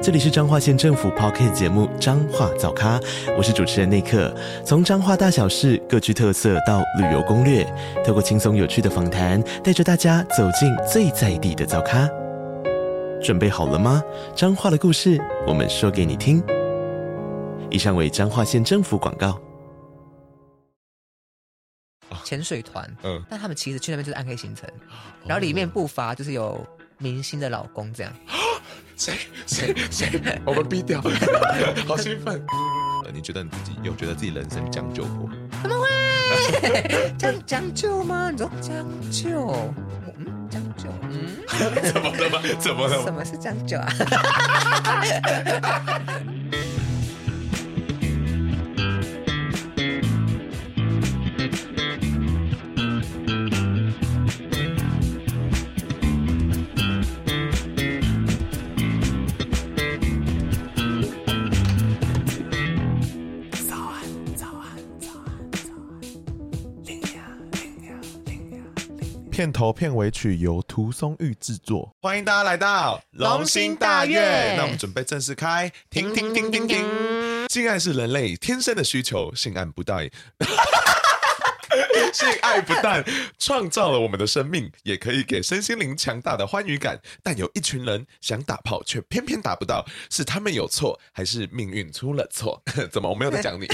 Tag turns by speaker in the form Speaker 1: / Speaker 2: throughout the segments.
Speaker 1: 这里是彰化县政府 p o c k t 节目《彰化早咖》，我是主持人内克。从彰化大小事各具特色到旅游攻略，透过轻松有趣的访谈，带着大家走进最在地的早咖。准备好了吗？彰化的故事，我们说给你听。以上为彰化县政府广告。
Speaker 2: 潜水团，
Speaker 3: 嗯，哦
Speaker 2: 但他们其实去那边就是暗黑行程，然后里面不乏就是有明星的老公这样。
Speaker 3: 谁谁谁，我们逼 掉，好兴奋。呃，你觉得你自己有觉得自己人生将就过？
Speaker 2: 讲讲究吗？你说将就，我嗯，将就，嗯，
Speaker 3: 怎么了吗？怎么
Speaker 2: 什
Speaker 3: 了？
Speaker 2: 么是将就 啊？
Speaker 4: 片头片尾曲由涂松玉制作。
Speaker 3: 欢迎大家来到
Speaker 5: 龙兴大悦
Speaker 3: 那我们准备正式开，停停停停停。性爱是人类天生的需求，性爱不但 性爱不但创造了我们的生命，也可以给身心灵强大的欢愉感。但有一群人想打炮，却偏偏打不到，是他们有错，还是命运出了错？ 怎么我没有在讲你？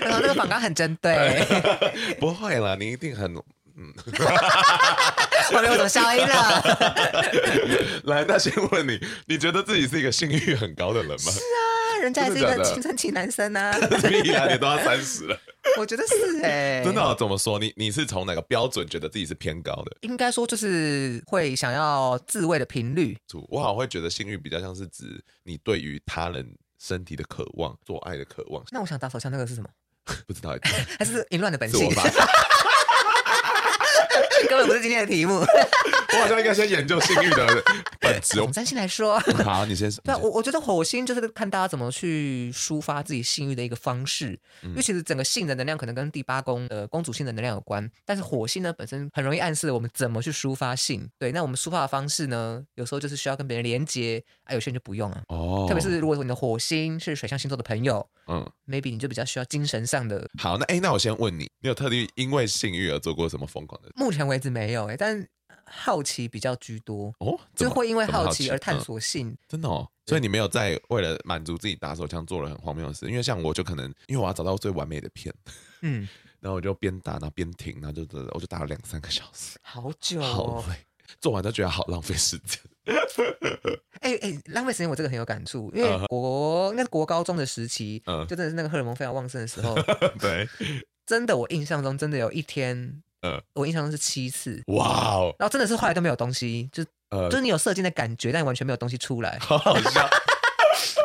Speaker 2: 然后那个广告很针对，
Speaker 3: 不会啦，你一定很
Speaker 2: 我没有什么消音了。
Speaker 3: 来。那先问你，你觉得自己是一个性欲很高的人 吗？
Speaker 2: 啊，人家还是一
Speaker 3: 真
Speaker 2: 个
Speaker 3: 的假的
Speaker 2: 青春期男生啊，
Speaker 3: 屁啦，你都要三十了，
Speaker 2: 我觉得是哎、
Speaker 3: 真的、哦、怎么说？你你是从哪个标准觉得自己是偏高的？
Speaker 2: 应该说就是会想要自慰的频率，
Speaker 3: 主我好像会觉得性欲比较像是指你对于他人身体的渴望、做爱的渴望，
Speaker 2: 那我想打手枪那个是什么？
Speaker 3: 不知道欸
Speaker 2: 还是淫乱的本
Speaker 3: 自我
Speaker 2: 性？
Speaker 3: 发
Speaker 2: 根本不是今天的题目。
Speaker 3: 我好像应该先研究性欲的本 质
Speaker 2: 从。占星来说，
Speaker 3: 好，你先。
Speaker 2: 对啊，我我觉得火星就是看大家怎么去抒发自己性欲的一个方式，
Speaker 3: 嗯
Speaker 2: 因为其实整个性的能量可能跟第八宫的公主性的能量有关，但是火星呢本身很容易暗示我们怎么去抒发性。对，那我们抒发的方式呢，有时候就是需要跟别人连接，啊，有些人就不用啊。
Speaker 3: 哦，
Speaker 2: 特别是如果说你的火星是水象星座的朋友
Speaker 3: 嗯，
Speaker 2: ，maybe 你就比较需要精神上的。
Speaker 3: 好，那哎、那我先问你，你有特地因为性欲而做过什么疯狂的？
Speaker 2: 目前为止没有哎、但好奇比较居多，
Speaker 3: 哦，
Speaker 2: 就
Speaker 3: 怎
Speaker 2: 是
Speaker 3: 么
Speaker 2: 会因为
Speaker 3: 怎么
Speaker 2: 好
Speaker 3: 好
Speaker 2: 奇而探
Speaker 3: 嗯
Speaker 2: 索性。
Speaker 3: 真的哦，所以你没有在为了满足自己打手枪做了很荒谬的事，因为像我就可能，因为我要找到最完美的片，
Speaker 2: 嗯，
Speaker 3: 然后我就边打，然后边停，然后就我就打了两三个小时，
Speaker 2: 好久、
Speaker 3: 好
Speaker 2: 哦。
Speaker 3: 累，做完就觉得好浪费时间。
Speaker 2: 哎、哎、浪费时间，我这个很有感触，因为国那是国高中的时期，
Speaker 3: 嗯
Speaker 2: 就真的是那个荷尔蒙非常旺盛的时候，
Speaker 3: 对，
Speaker 2: 真的我印象中真的有一天，
Speaker 3: 嗯
Speaker 2: 我印象中是七次，
Speaker 3: 哇哦，
Speaker 2: 然后真的是后来都没有东西，就、
Speaker 3: 呃，
Speaker 2: 就是你有射精的感觉，但完全没有东西出来
Speaker 3: 好好笑。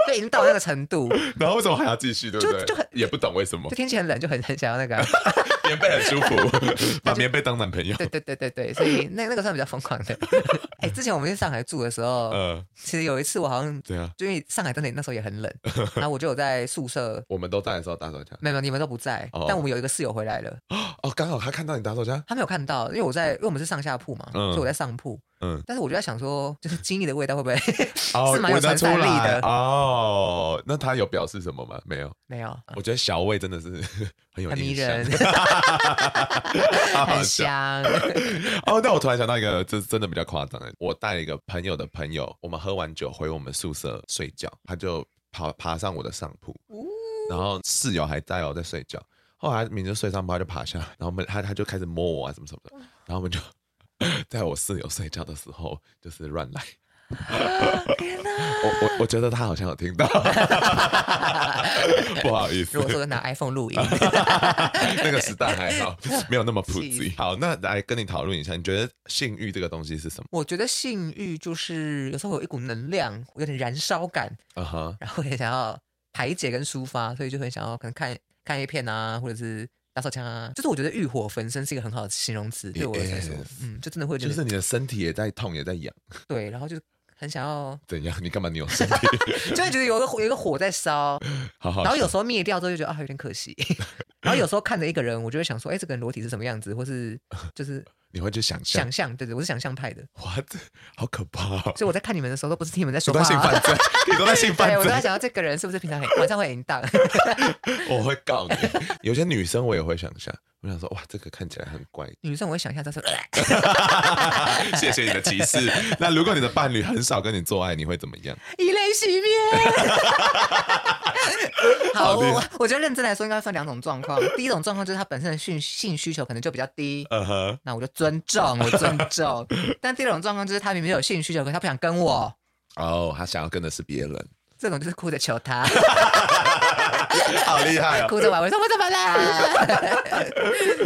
Speaker 2: 就已经到那个程度，
Speaker 3: 然后为什么还要继续？对不
Speaker 2: 就
Speaker 3: 对？
Speaker 2: 就很
Speaker 3: 也不懂为什么
Speaker 2: 就，天气很冷，就很很想要那个啊、
Speaker 3: 棉被很舒 服，把棉被当男朋友。
Speaker 2: 对对对对对，所以那那个算比较疯狂的。哎、之前我们去上海住的时候，
Speaker 3: 呃，
Speaker 2: 其实有一次我好像
Speaker 3: 对啊，
Speaker 2: 就因为上海真的那时候也 很冷，然后我就有在宿舍。
Speaker 3: 我们都在的时候打手枪。
Speaker 2: 没有，没有你们都不在，
Speaker 3: 哦
Speaker 2: 但我们有一个室友回来了，
Speaker 3: 哦，刚好他看到你打手枪，
Speaker 2: 他没有看到，因为我在，因为我们是上下铺嘛，
Speaker 3: 嗯
Speaker 2: 所以我在上铺。
Speaker 3: 嗯，
Speaker 2: 但是我就在想说，就是精力的味道会不会
Speaker 3: 哦，
Speaker 2: 是蛮有
Speaker 3: 闻得
Speaker 2: 传
Speaker 3: 出
Speaker 2: 染力
Speaker 3: 来
Speaker 2: 的？
Speaker 3: 哦。那他有表示什么吗？没有。
Speaker 2: 没有，
Speaker 3: 我觉得小魏真的是 很有
Speaker 2: 很迷
Speaker 3: 印象
Speaker 2: 人，
Speaker 3: 好好
Speaker 2: 很
Speaker 3: 笑
Speaker 2: 香。
Speaker 3: 哦，但我突然想到一个，这真的比较夸张的。我带一个朋友的朋友，我们喝完酒回我们宿舍睡觉，他就爬爬上我的上铺，
Speaker 2: 哦
Speaker 3: 然后室友还在哦在睡觉。后来明就睡上铺，他就爬下来，然后我们他他就开始摸我啊什么什么的，然后我们就 在我室友睡觉的时候就是乱来。我我我觉得他好像有听 到，不好意思
Speaker 2: 如。果说拿 iPhone 录音，
Speaker 3: 那个时代还好，没有那么普及
Speaker 2: 气。
Speaker 3: 好，那来跟你讨论一下，你觉得性欲这个东西是什么？
Speaker 2: 我觉得性欲就是有时候有一股能量，有点燃烧感，
Speaker 3: 啊哈，
Speaker 2: 然后也想要排解跟抒发，所以就很想要可能看看 A 片啊，或者是。打手枪啊，就是我觉得欲火焚身是一个很好的形容词，对我来说
Speaker 3: Yes，
Speaker 2: 嗯，就真的会觉
Speaker 3: 就
Speaker 2: 得
Speaker 3: 是你的身体也在痛，也在痒，
Speaker 2: 对，然后就很想要，
Speaker 3: 怎样？你干嘛扭身体？
Speaker 2: 就会觉得有一个火有一个火在烧，
Speaker 3: 好好笑。
Speaker 2: 然后有时候灭掉之后就觉得啊有点可 惜，然后有时候看着一个人，我就会想说，哎，这个人裸体是什么样子，或 是就是
Speaker 3: 你会去想象
Speaker 2: 想象，对对，我是想象派的，
Speaker 3: ，what？好可怕哦！
Speaker 2: 所以我在看你们的时候都不是听你们在
Speaker 3: 你
Speaker 2: 说
Speaker 3: 都
Speaker 2: 话
Speaker 3: 在性
Speaker 2: 啊、
Speaker 3: 犯罪，你都在性
Speaker 2: 对，
Speaker 3: 犯
Speaker 2: 我都在
Speaker 3: 罪，
Speaker 2: 想到这个人是不是平常很晚上会淫荡，
Speaker 3: 我会告你。有些女生我也会想象，我想说，哇，这个看起来很 怪。
Speaker 2: 女生我会想象她说，
Speaker 3: 谢谢你的提示。那如果你的伴侣很少跟你做爱，你会怎么样？
Speaker 2: 以泪洗面。 好，
Speaker 3: 好厉
Speaker 2: 我我觉得认真来说，应该分两种状况。第一种状况就是他本身的性性需求可能就比较低，
Speaker 3: 嗯哼，
Speaker 2: 那我就尊重，我尊 重。但第二种状况就是他明明有性需求，可他不想跟我，
Speaker 3: 哦，他想要跟的是别人，
Speaker 2: 这种就是哭着求他，
Speaker 3: 好厉害哦！
Speaker 2: 哭着玩，我说我怎么了？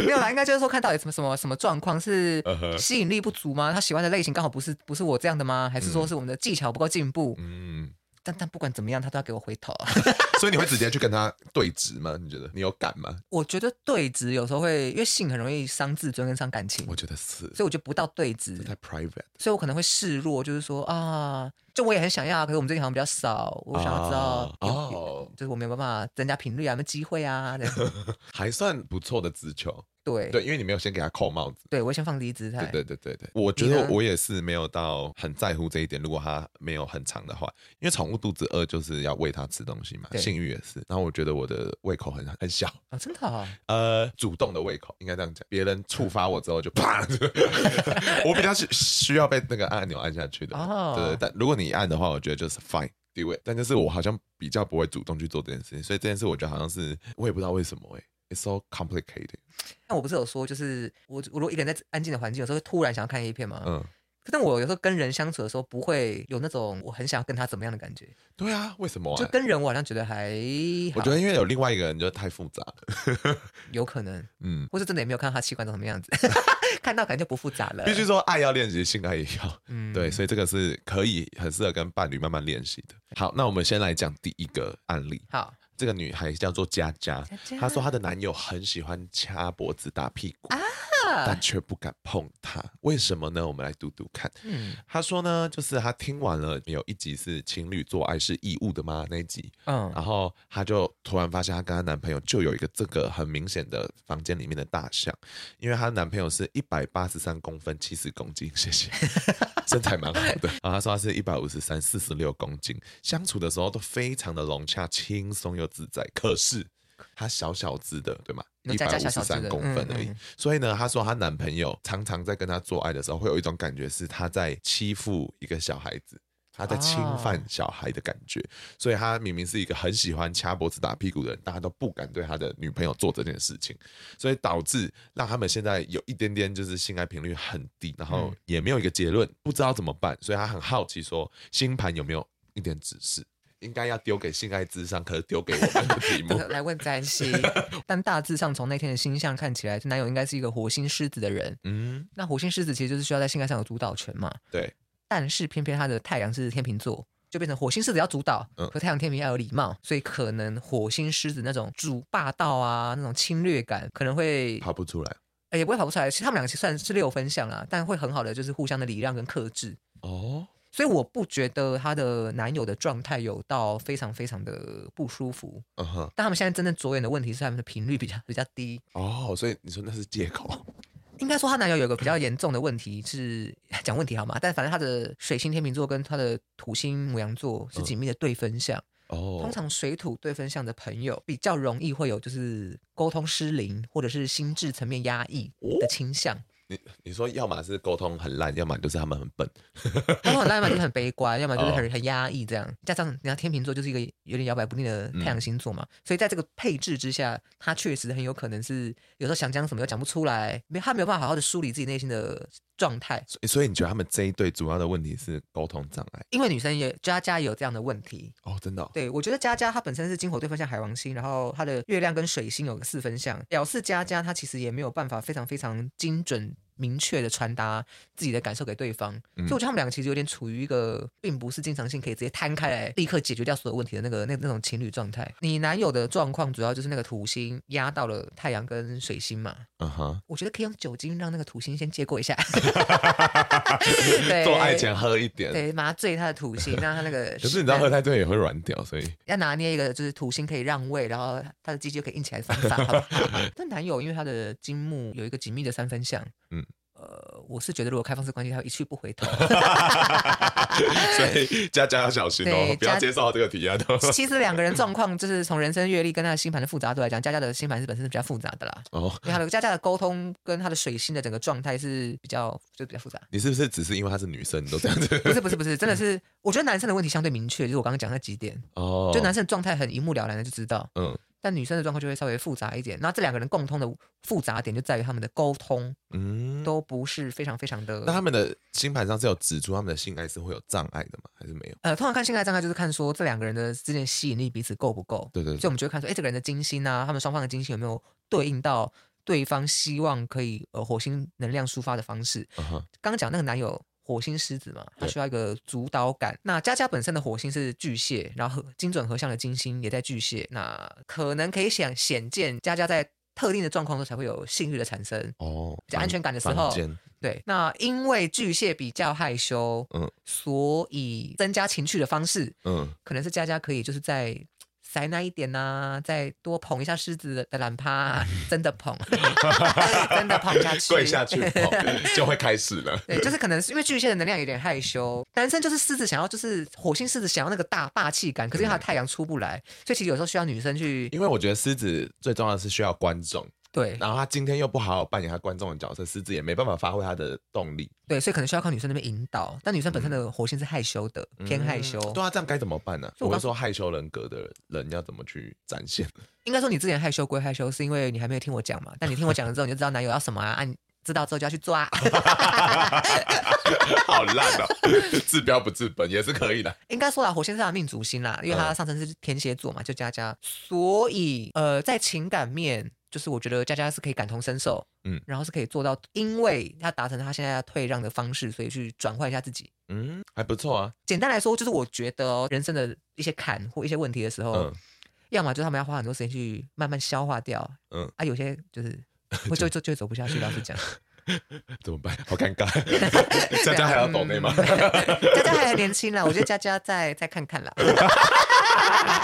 Speaker 2: 没有啦，应该就是说看到底什么什么什么状况是
Speaker 3: 嗯哼
Speaker 2: 吸引力不足吗？他喜欢的类型刚好不是不是我这样的吗？还是说是我们的技巧不够进步？
Speaker 3: 嗯，
Speaker 2: 但但不管怎么样，他都要给我回头。
Speaker 3: 所以你会直接去跟他对峙吗？你觉得你有敢吗？
Speaker 2: 我觉得对质有时候会，因为性很容易伤自尊跟伤感情，
Speaker 3: 我
Speaker 2: 所
Speaker 3: 觉得是，
Speaker 2: 以我觉得不到对质
Speaker 3: 这，太 private。
Speaker 2: 所以我可能会示弱，就是说啊，就我也很想要，可是我们最近好像比较少，我想要知道
Speaker 3: 哦哦
Speaker 2: 就是我没有办法增加频率啊，有没有机会啊？这 样
Speaker 3: 还算不错的直球，
Speaker 2: 对
Speaker 3: 对，因为你没有先给他扣帽子。
Speaker 2: 对，我会先放低姿态，
Speaker 3: 对对对对对，我觉
Speaker 2: 你
Speaker 3: 得
Speaker 2: 呢
Speaker 3: 我也是没有到很在乎这一点。如果它没有很长的话，因为宠物肚子饿就是要喂它吃东西嘛，
Speaker 2: 对
Speaker 3: 性欲也是。然后我觉得我的胃口很很小，
Speaker 2: 哦，真的哦，
Speaker 3: 呃，主动的胃口应该这样讲。别人触发我之后就 啪，我比较是需要被那个按钮按下去的。
Speaker 2: 哦
Speaker 3: 对，但如果你按的话，我觉得就是 fine。do it。但就是我好像比较不会主动去做这件事情，所以这件事我觉得好像是我也不知道为什么哎、It's so complicated。
Speaker 2: 那我不是有说，就是我我如果一个人在安静的环境，有时候会突然想要看 A 片嘛，
Speaker 3: 嗯，
Speaker 2: 但我有时候跟人相处的时候，不会有那种我很想要跟他怎么样的感觉，
Speaker 3: 对啊，为什么、啊？
Speaker 2: 就跟人我好像觉得还
Speaker 3: 我
Speaker 2: 好
Speaker 3: 觉得因为有另外一个人就太复杂了，
Speaker 2: 有可能，
Speaker 3: 嗯，
Speaker 2: 或是真的也没有看到他器官长什么 样子，看到感觉就不复杂了。
Speaker 3: 必须说爱要练习，性爱也要，
Speaker 2: 嗯
Speaker 3: 对，所以这个是可以很适合跟伴侣慢慢练习的。好，那我们先来讲第一个案例，
Speaker 2: 好
Speaker 3: 这个女孩叫做佳佳
Speaker 2: 佳，佳
Speaker 3: 她说她的男友很喜欢掐脖子、打屁
Speaker 2: 啊
Speaker 3: 股，但却不敢碰她，为什么呢？我们来读读看。
Speaker 2: 嗯
Speaker 3: 她说呢，就是她听完了有一集是情侣做爱是义务的吗那一集，
Speaker 2: 嗯
Speaker 3: 然后她就突然发现，她跟她男朋友就有一个这个很明显的房间里面的大象，因为她男朋友是一百八十三公分，七十公斤， 谢谢，身材蛮好的。然后她说她是一百五十三，四十六公斤，相处的时候都非常的融洽，轻松又自在。可是她小小只的，对吗？
Speaker 2: 那
Speaker 3: 一
Speaker 2: 加
Speaker 3: 百
Speaker 2: 加
Speaker 3: 五
Speaker 2: 小
Speaker 3: 十
Speaker 2: 小只
Speaker 3: 三
Speaker 2: 的
Speaker 3: 公分
Speaker 2: 嗯
Speaker 3: 而已
Speaker 2: 嗯，
Speaker 3: 所以呢，她说她男朋友常常在跟她做爱的时候，会有一种感觉是她在欺负一个小孩子，她在侵犯
Speaker 2: 哦
Speaker 3: 小孩的感觉。所以他明明是一个很喜欢掐脖子打屁股的人，大家都不敢对他的女朋友做这件事情，所以导致让他们现在有一点点就是性爱频率很低，然
Speaker 2: 嗯
Speaker 3: 后也没有一个结论，不知道怎么办，所以他很好奇说星盘有没有一点指示，应该要丢给性爱智商，可是丢给我们的题 目
Speaker 2: 这个来问占 星，但大致上从那天的星象看起来，男友应该是一个火星狮子的人。
Speaker 3: 嗯，
Speaker 2: 那火星狮子其实就是需要在性爱上有主导权嘛，
Speaker 3: 对，
Speaker 2: 但是偏偏他的太阳是天秤座，就变成火星狮子要主导，
Speaker 3: 嗯
Speaker 2: 可太阳天平要有礼貌，所以可能火星狮子那种主霸道啊，那种侵略感可能会
Speaker 3: 跑不出来
Speaker 2: 呃也不会跑不出来。其实他们两个其实算是六分像啦，但会很好的就是互相的礼让跟克制。
Speaker 3: 哦，
Speaker 2: 所以我不觉得她的男友的状态有到非常非常的不舒服，
Speaker 3: 嗯哼，
Speaker 2: 但他们现在真正着眼的问题是他们的频率比较比较低。
Speaker 3: 哦，所以你说那是借口，
Speaker 2: 应该说她男友有一个比较严重的问题是讲问题好吗？但反正他的水星天秤座跟他的土星母羊座是紧密的对分项，
Speaker 3: 哦
Speaker 2: 通，常水土对分项的朋友比较容易会有就是沟通失灵或者是心智层面压抑的倾向。
Speaker 3: 你你说要么是沟通很烂，要么就是他们很笨，
Speaker 2: 他们很烂嘛，就很悲观，要么就是很很压抑这样。加上人家天秤座就是一个有点摇摆不定的太阳星座嘛，所以在这个配置之下，他确实很有可能是有时候想讲什么又讲不出来，没他没有办法好好的梳理自己内心的状态。
Speaker 3: 所以所以你觉得他们这一对主要的问题是沟通障碍？
Speaker 2: 因为女生也佳佳也有这样的问题，
Speaker 3: 哦，真的、哦，
Speaker 2: 对我觉得佳佳她本身是金火对分向海王星，然后她的月亮跟水星有个四分相，表示佳佳她其实也没有办法非常非常精准明确的传达自己的感受给对方。
Speaker 3: 嗯
Speaker 2: 所以我觉得他们两个其实有点处于一个并不是经常性可以直接摊开来立刻解决掉所有问题的那个那那种情侣状态。你男友的状况主要就是那个土星压到了太阳跟水星嘛，
Speaker 3: 嗯哼，
Speaker 2: 我觉得可以用酒精让那个土星先接过一 下，对
Speaker 3: 做爱前喝一点。
Speaker 2: 对，麻醉他的土星，让他那个
Speaker 3: 可是你知道喝太醉也会软掉， 所以
Speaker 2: 要拿捏一个就是土星可以让位，然后他的鸡鸡就可以硬起来的方法，好 不好？但男友因为他的金木有一个紧密的三分相，嗯
Speaker 3: 嗯，
Speaker 2: 呃，我是觉得如果开放式关系，他会一去不回头。
Speaker 3: 所以家家要小心
Speaker 2: 对
Speaker 3: 哦，不要
Speaker 2: 家
Speaker 3: 接受这个提案哦。
Speaker 2: 其实两个人状况就是从人生阅历跟他的星盘的复杂度来讲，佳佳的星盘是本身是比较复杂的啦，
Speaker 3: 哦，
Speaker 2: 因为他的佳佳的沟通跟他的水星的整个状态是比较就比较复杂。
Speaker 3: 你是不是只是因为她是女生，你都这样
Speaker 2: 不
Speaker 3: 子？
Speaker 2: 是不是不是，真的是，我觉得男生的问题相对明确，就是我刚刚讲那几点，
Speaker 3: 哦，
Speaker 2: 就男生的状态很一目了然的就知道，
Speaker 3: 嗯
Speaker 2: 但女生的状况就会稍微复杂一点。那这两个人共通的复杂点就在于他们的沟通
Speaker 3: 嗯。
Speaker 2: 都不是非常非常的。
Speaker 3: 那他们的星盘上是有指出他们的性爱是会有障碍的吗？还是没有？
Speaker 2: 呃，通常看性爱障碍就是看说这两个人的之间吸引力彼此够不够，
Speaker 3: 对
Speaker 2: 所
Speaker 3: 对
Speaker 2: 以我
Speaker 3: 对，
Speaker 2: 们就会看说，哎，这个人的金星啊，他们双方的金星有没有对应到对方希望可以呃火星能量抒发的方式。
Speaker 3: 嗯哼
Speaker 2: 刚刚讲那个男友火星狮子嘛，他
Speaker 3: 对
Speaker 2: 需要一个主导感。那佳佳本身的火星是巨蟹，然后和精准合相的金星也在巨蟹，那可能可以显显见佳佳在特定的状况中才会有性欲的产生。
Speaker 3: 哦，
Speaker 2: 比较安全感的时
Speaker 3: 房
Speaker 2: 候，
Speaker 3: 间
Speaker 2: 对，那因为巨蟹比较害羞，嗯
Speaker 3: 嗯，
Speaker 2: 所以增加情趣的方式
Speaker 3: 嗯，
Speaker 2: 可能是佳佳可以就是再塞那一点呐、再多捧一下狮子的的懒趴啊、 真的捧， 真的捧下去，
Speaker 3: 跪下去哦就会开始了。
Speaker 2: 对，就是可能是因为巨蟹的能量有点害羞，男生就是狮子想要就是火星狮子想要那个大霸气感，可是因为他太阳出不来，所以其实有时候需要女生去
Speaker 3: 因为我觉得狮子最重要的是需要观众，
Speaker 2: 对
Speaker 3: 然后他今天又不好好扮演他观众的角色，狮子也没办法发挥他的动力，
Speaker 2: 对，所以可能需要靠女生那边引导，但女生本身的火星是害羞的，偏害羞。
Speaker 3: 嗯对啊，这样该怎么办呢、
Speaker 2: 所以我
Speaker 3: 我
Speaker 2: 刚
Speaker 3: 会说害羞人格的人要怎么去展 现？
Speaker 2: 应该说你之前害羞归害羞，是因为你还没有听我讲嘛。但你听我讲了之后，你就知道男友要什么啊，啊你知道之后就要去啊抓。
Speaker 3: 好烂哦，治标不治本也是可以的。
Speaker 2: 应该说啦，火星是他的命主星啦，因为
Speaker 3: 嗯
Speaker 2: 他上升是天蝎座嘛，就佳佳，所以呃，在情感面，就是我觉得佳佳是可以感同身受，嗯
Speaker 3: 嗯，
Speaker 2: 然后是可以做到，因为他达成他现在要退让的方式，所以去转换一下自己。
Speaker 3: 嗯，还不错啊。
Speaker 2: 简单来说，就是我觉得哦人生的一些坎或一些问题的时候，
Speaker 3: 嗯
Speaker 2: 要么就是他们要花很多时间去慢慢消化掉，嗯
Speaker 3: 嗯，
Speaker 2: 啊，有些 就是。我就就就走不下去，老实讲，
Speaker 3: 嗯怎么办？好 尴尬。大家还要懂内吗？
Speaker 2: 佳佳还很年轻啦，我觉得佳佳再再看看啦。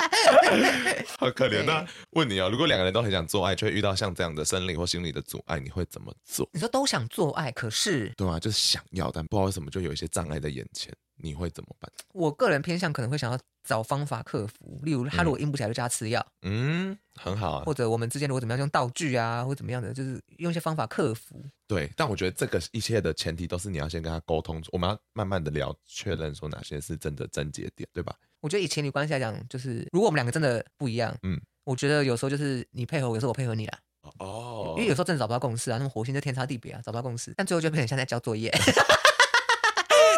Speaker 3: 好可怜。
Speaker 2: 对
Speaker 3: 那问你哦，如果两个人都很想做爱，却遇到像这样的生理或心理的阻碍，你会怎么做？
Speaker 2: 你说都想做爱，可是
Speaker 3: 对啊，就是想要，但不知道为什么就有一些障碍在眼前，你会怎么办？
Speaker 2: 我个人偏向可能会想要找方法克服，例如他如果硬不起来就叫他吃药，
Speaker 3: 嗯，很好啊
Speaker 2: 或。者我们之间如果怎么样用道具啊，或怎么样的，就是用一些方法克服。
Speaker 3: 对，但我觉得这个一切的前提都是你要先跟他沟通，我们要慢慢的聊，确认说哪些是真的症结点，对吧？
Speaker 2: 我觉得以情侣关系来讲，就是如果我们两个真的不一样，嗯
Speaker 3: 嗯，
Speaker 2: 我觉得有时候就是你配合我，有时候我配合你啦，
Speaker 3: 哦
Speaker 2: 因为有时候真的找不到共识啊，那么火星就天差地别啊，找不到共识，但最后就变成像在交作业。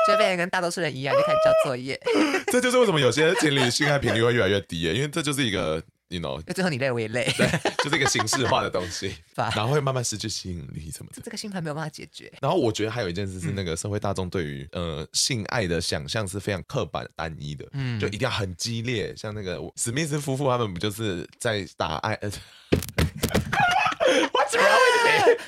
Speaker 2: 就变成跟大多数人一样，就开始交作业，
Speaker 3: 这就是为什么有些情侣性爱频率会越来越低耶，因为这就是一个，you know，
Speaker 2: 因为最后你累我也累，
Speaker 3: 对，就是一个形式化的东西，
Speaker 2: 吧
Speaker 3: 然后会慢慢失去吸引力什么的。
Speaker 2: 这个星盘没有办法解决。
Speaker 3: 然后我觉得还有一件事是，那个社会大众对于、呃性爱的想象是非常刻板单一的，
Speaker 2: 嗯
Speaker 3: 就一定要很激烈，像那个史密斯夫妇他们不就是在打 爱？呃 What's wrong with me？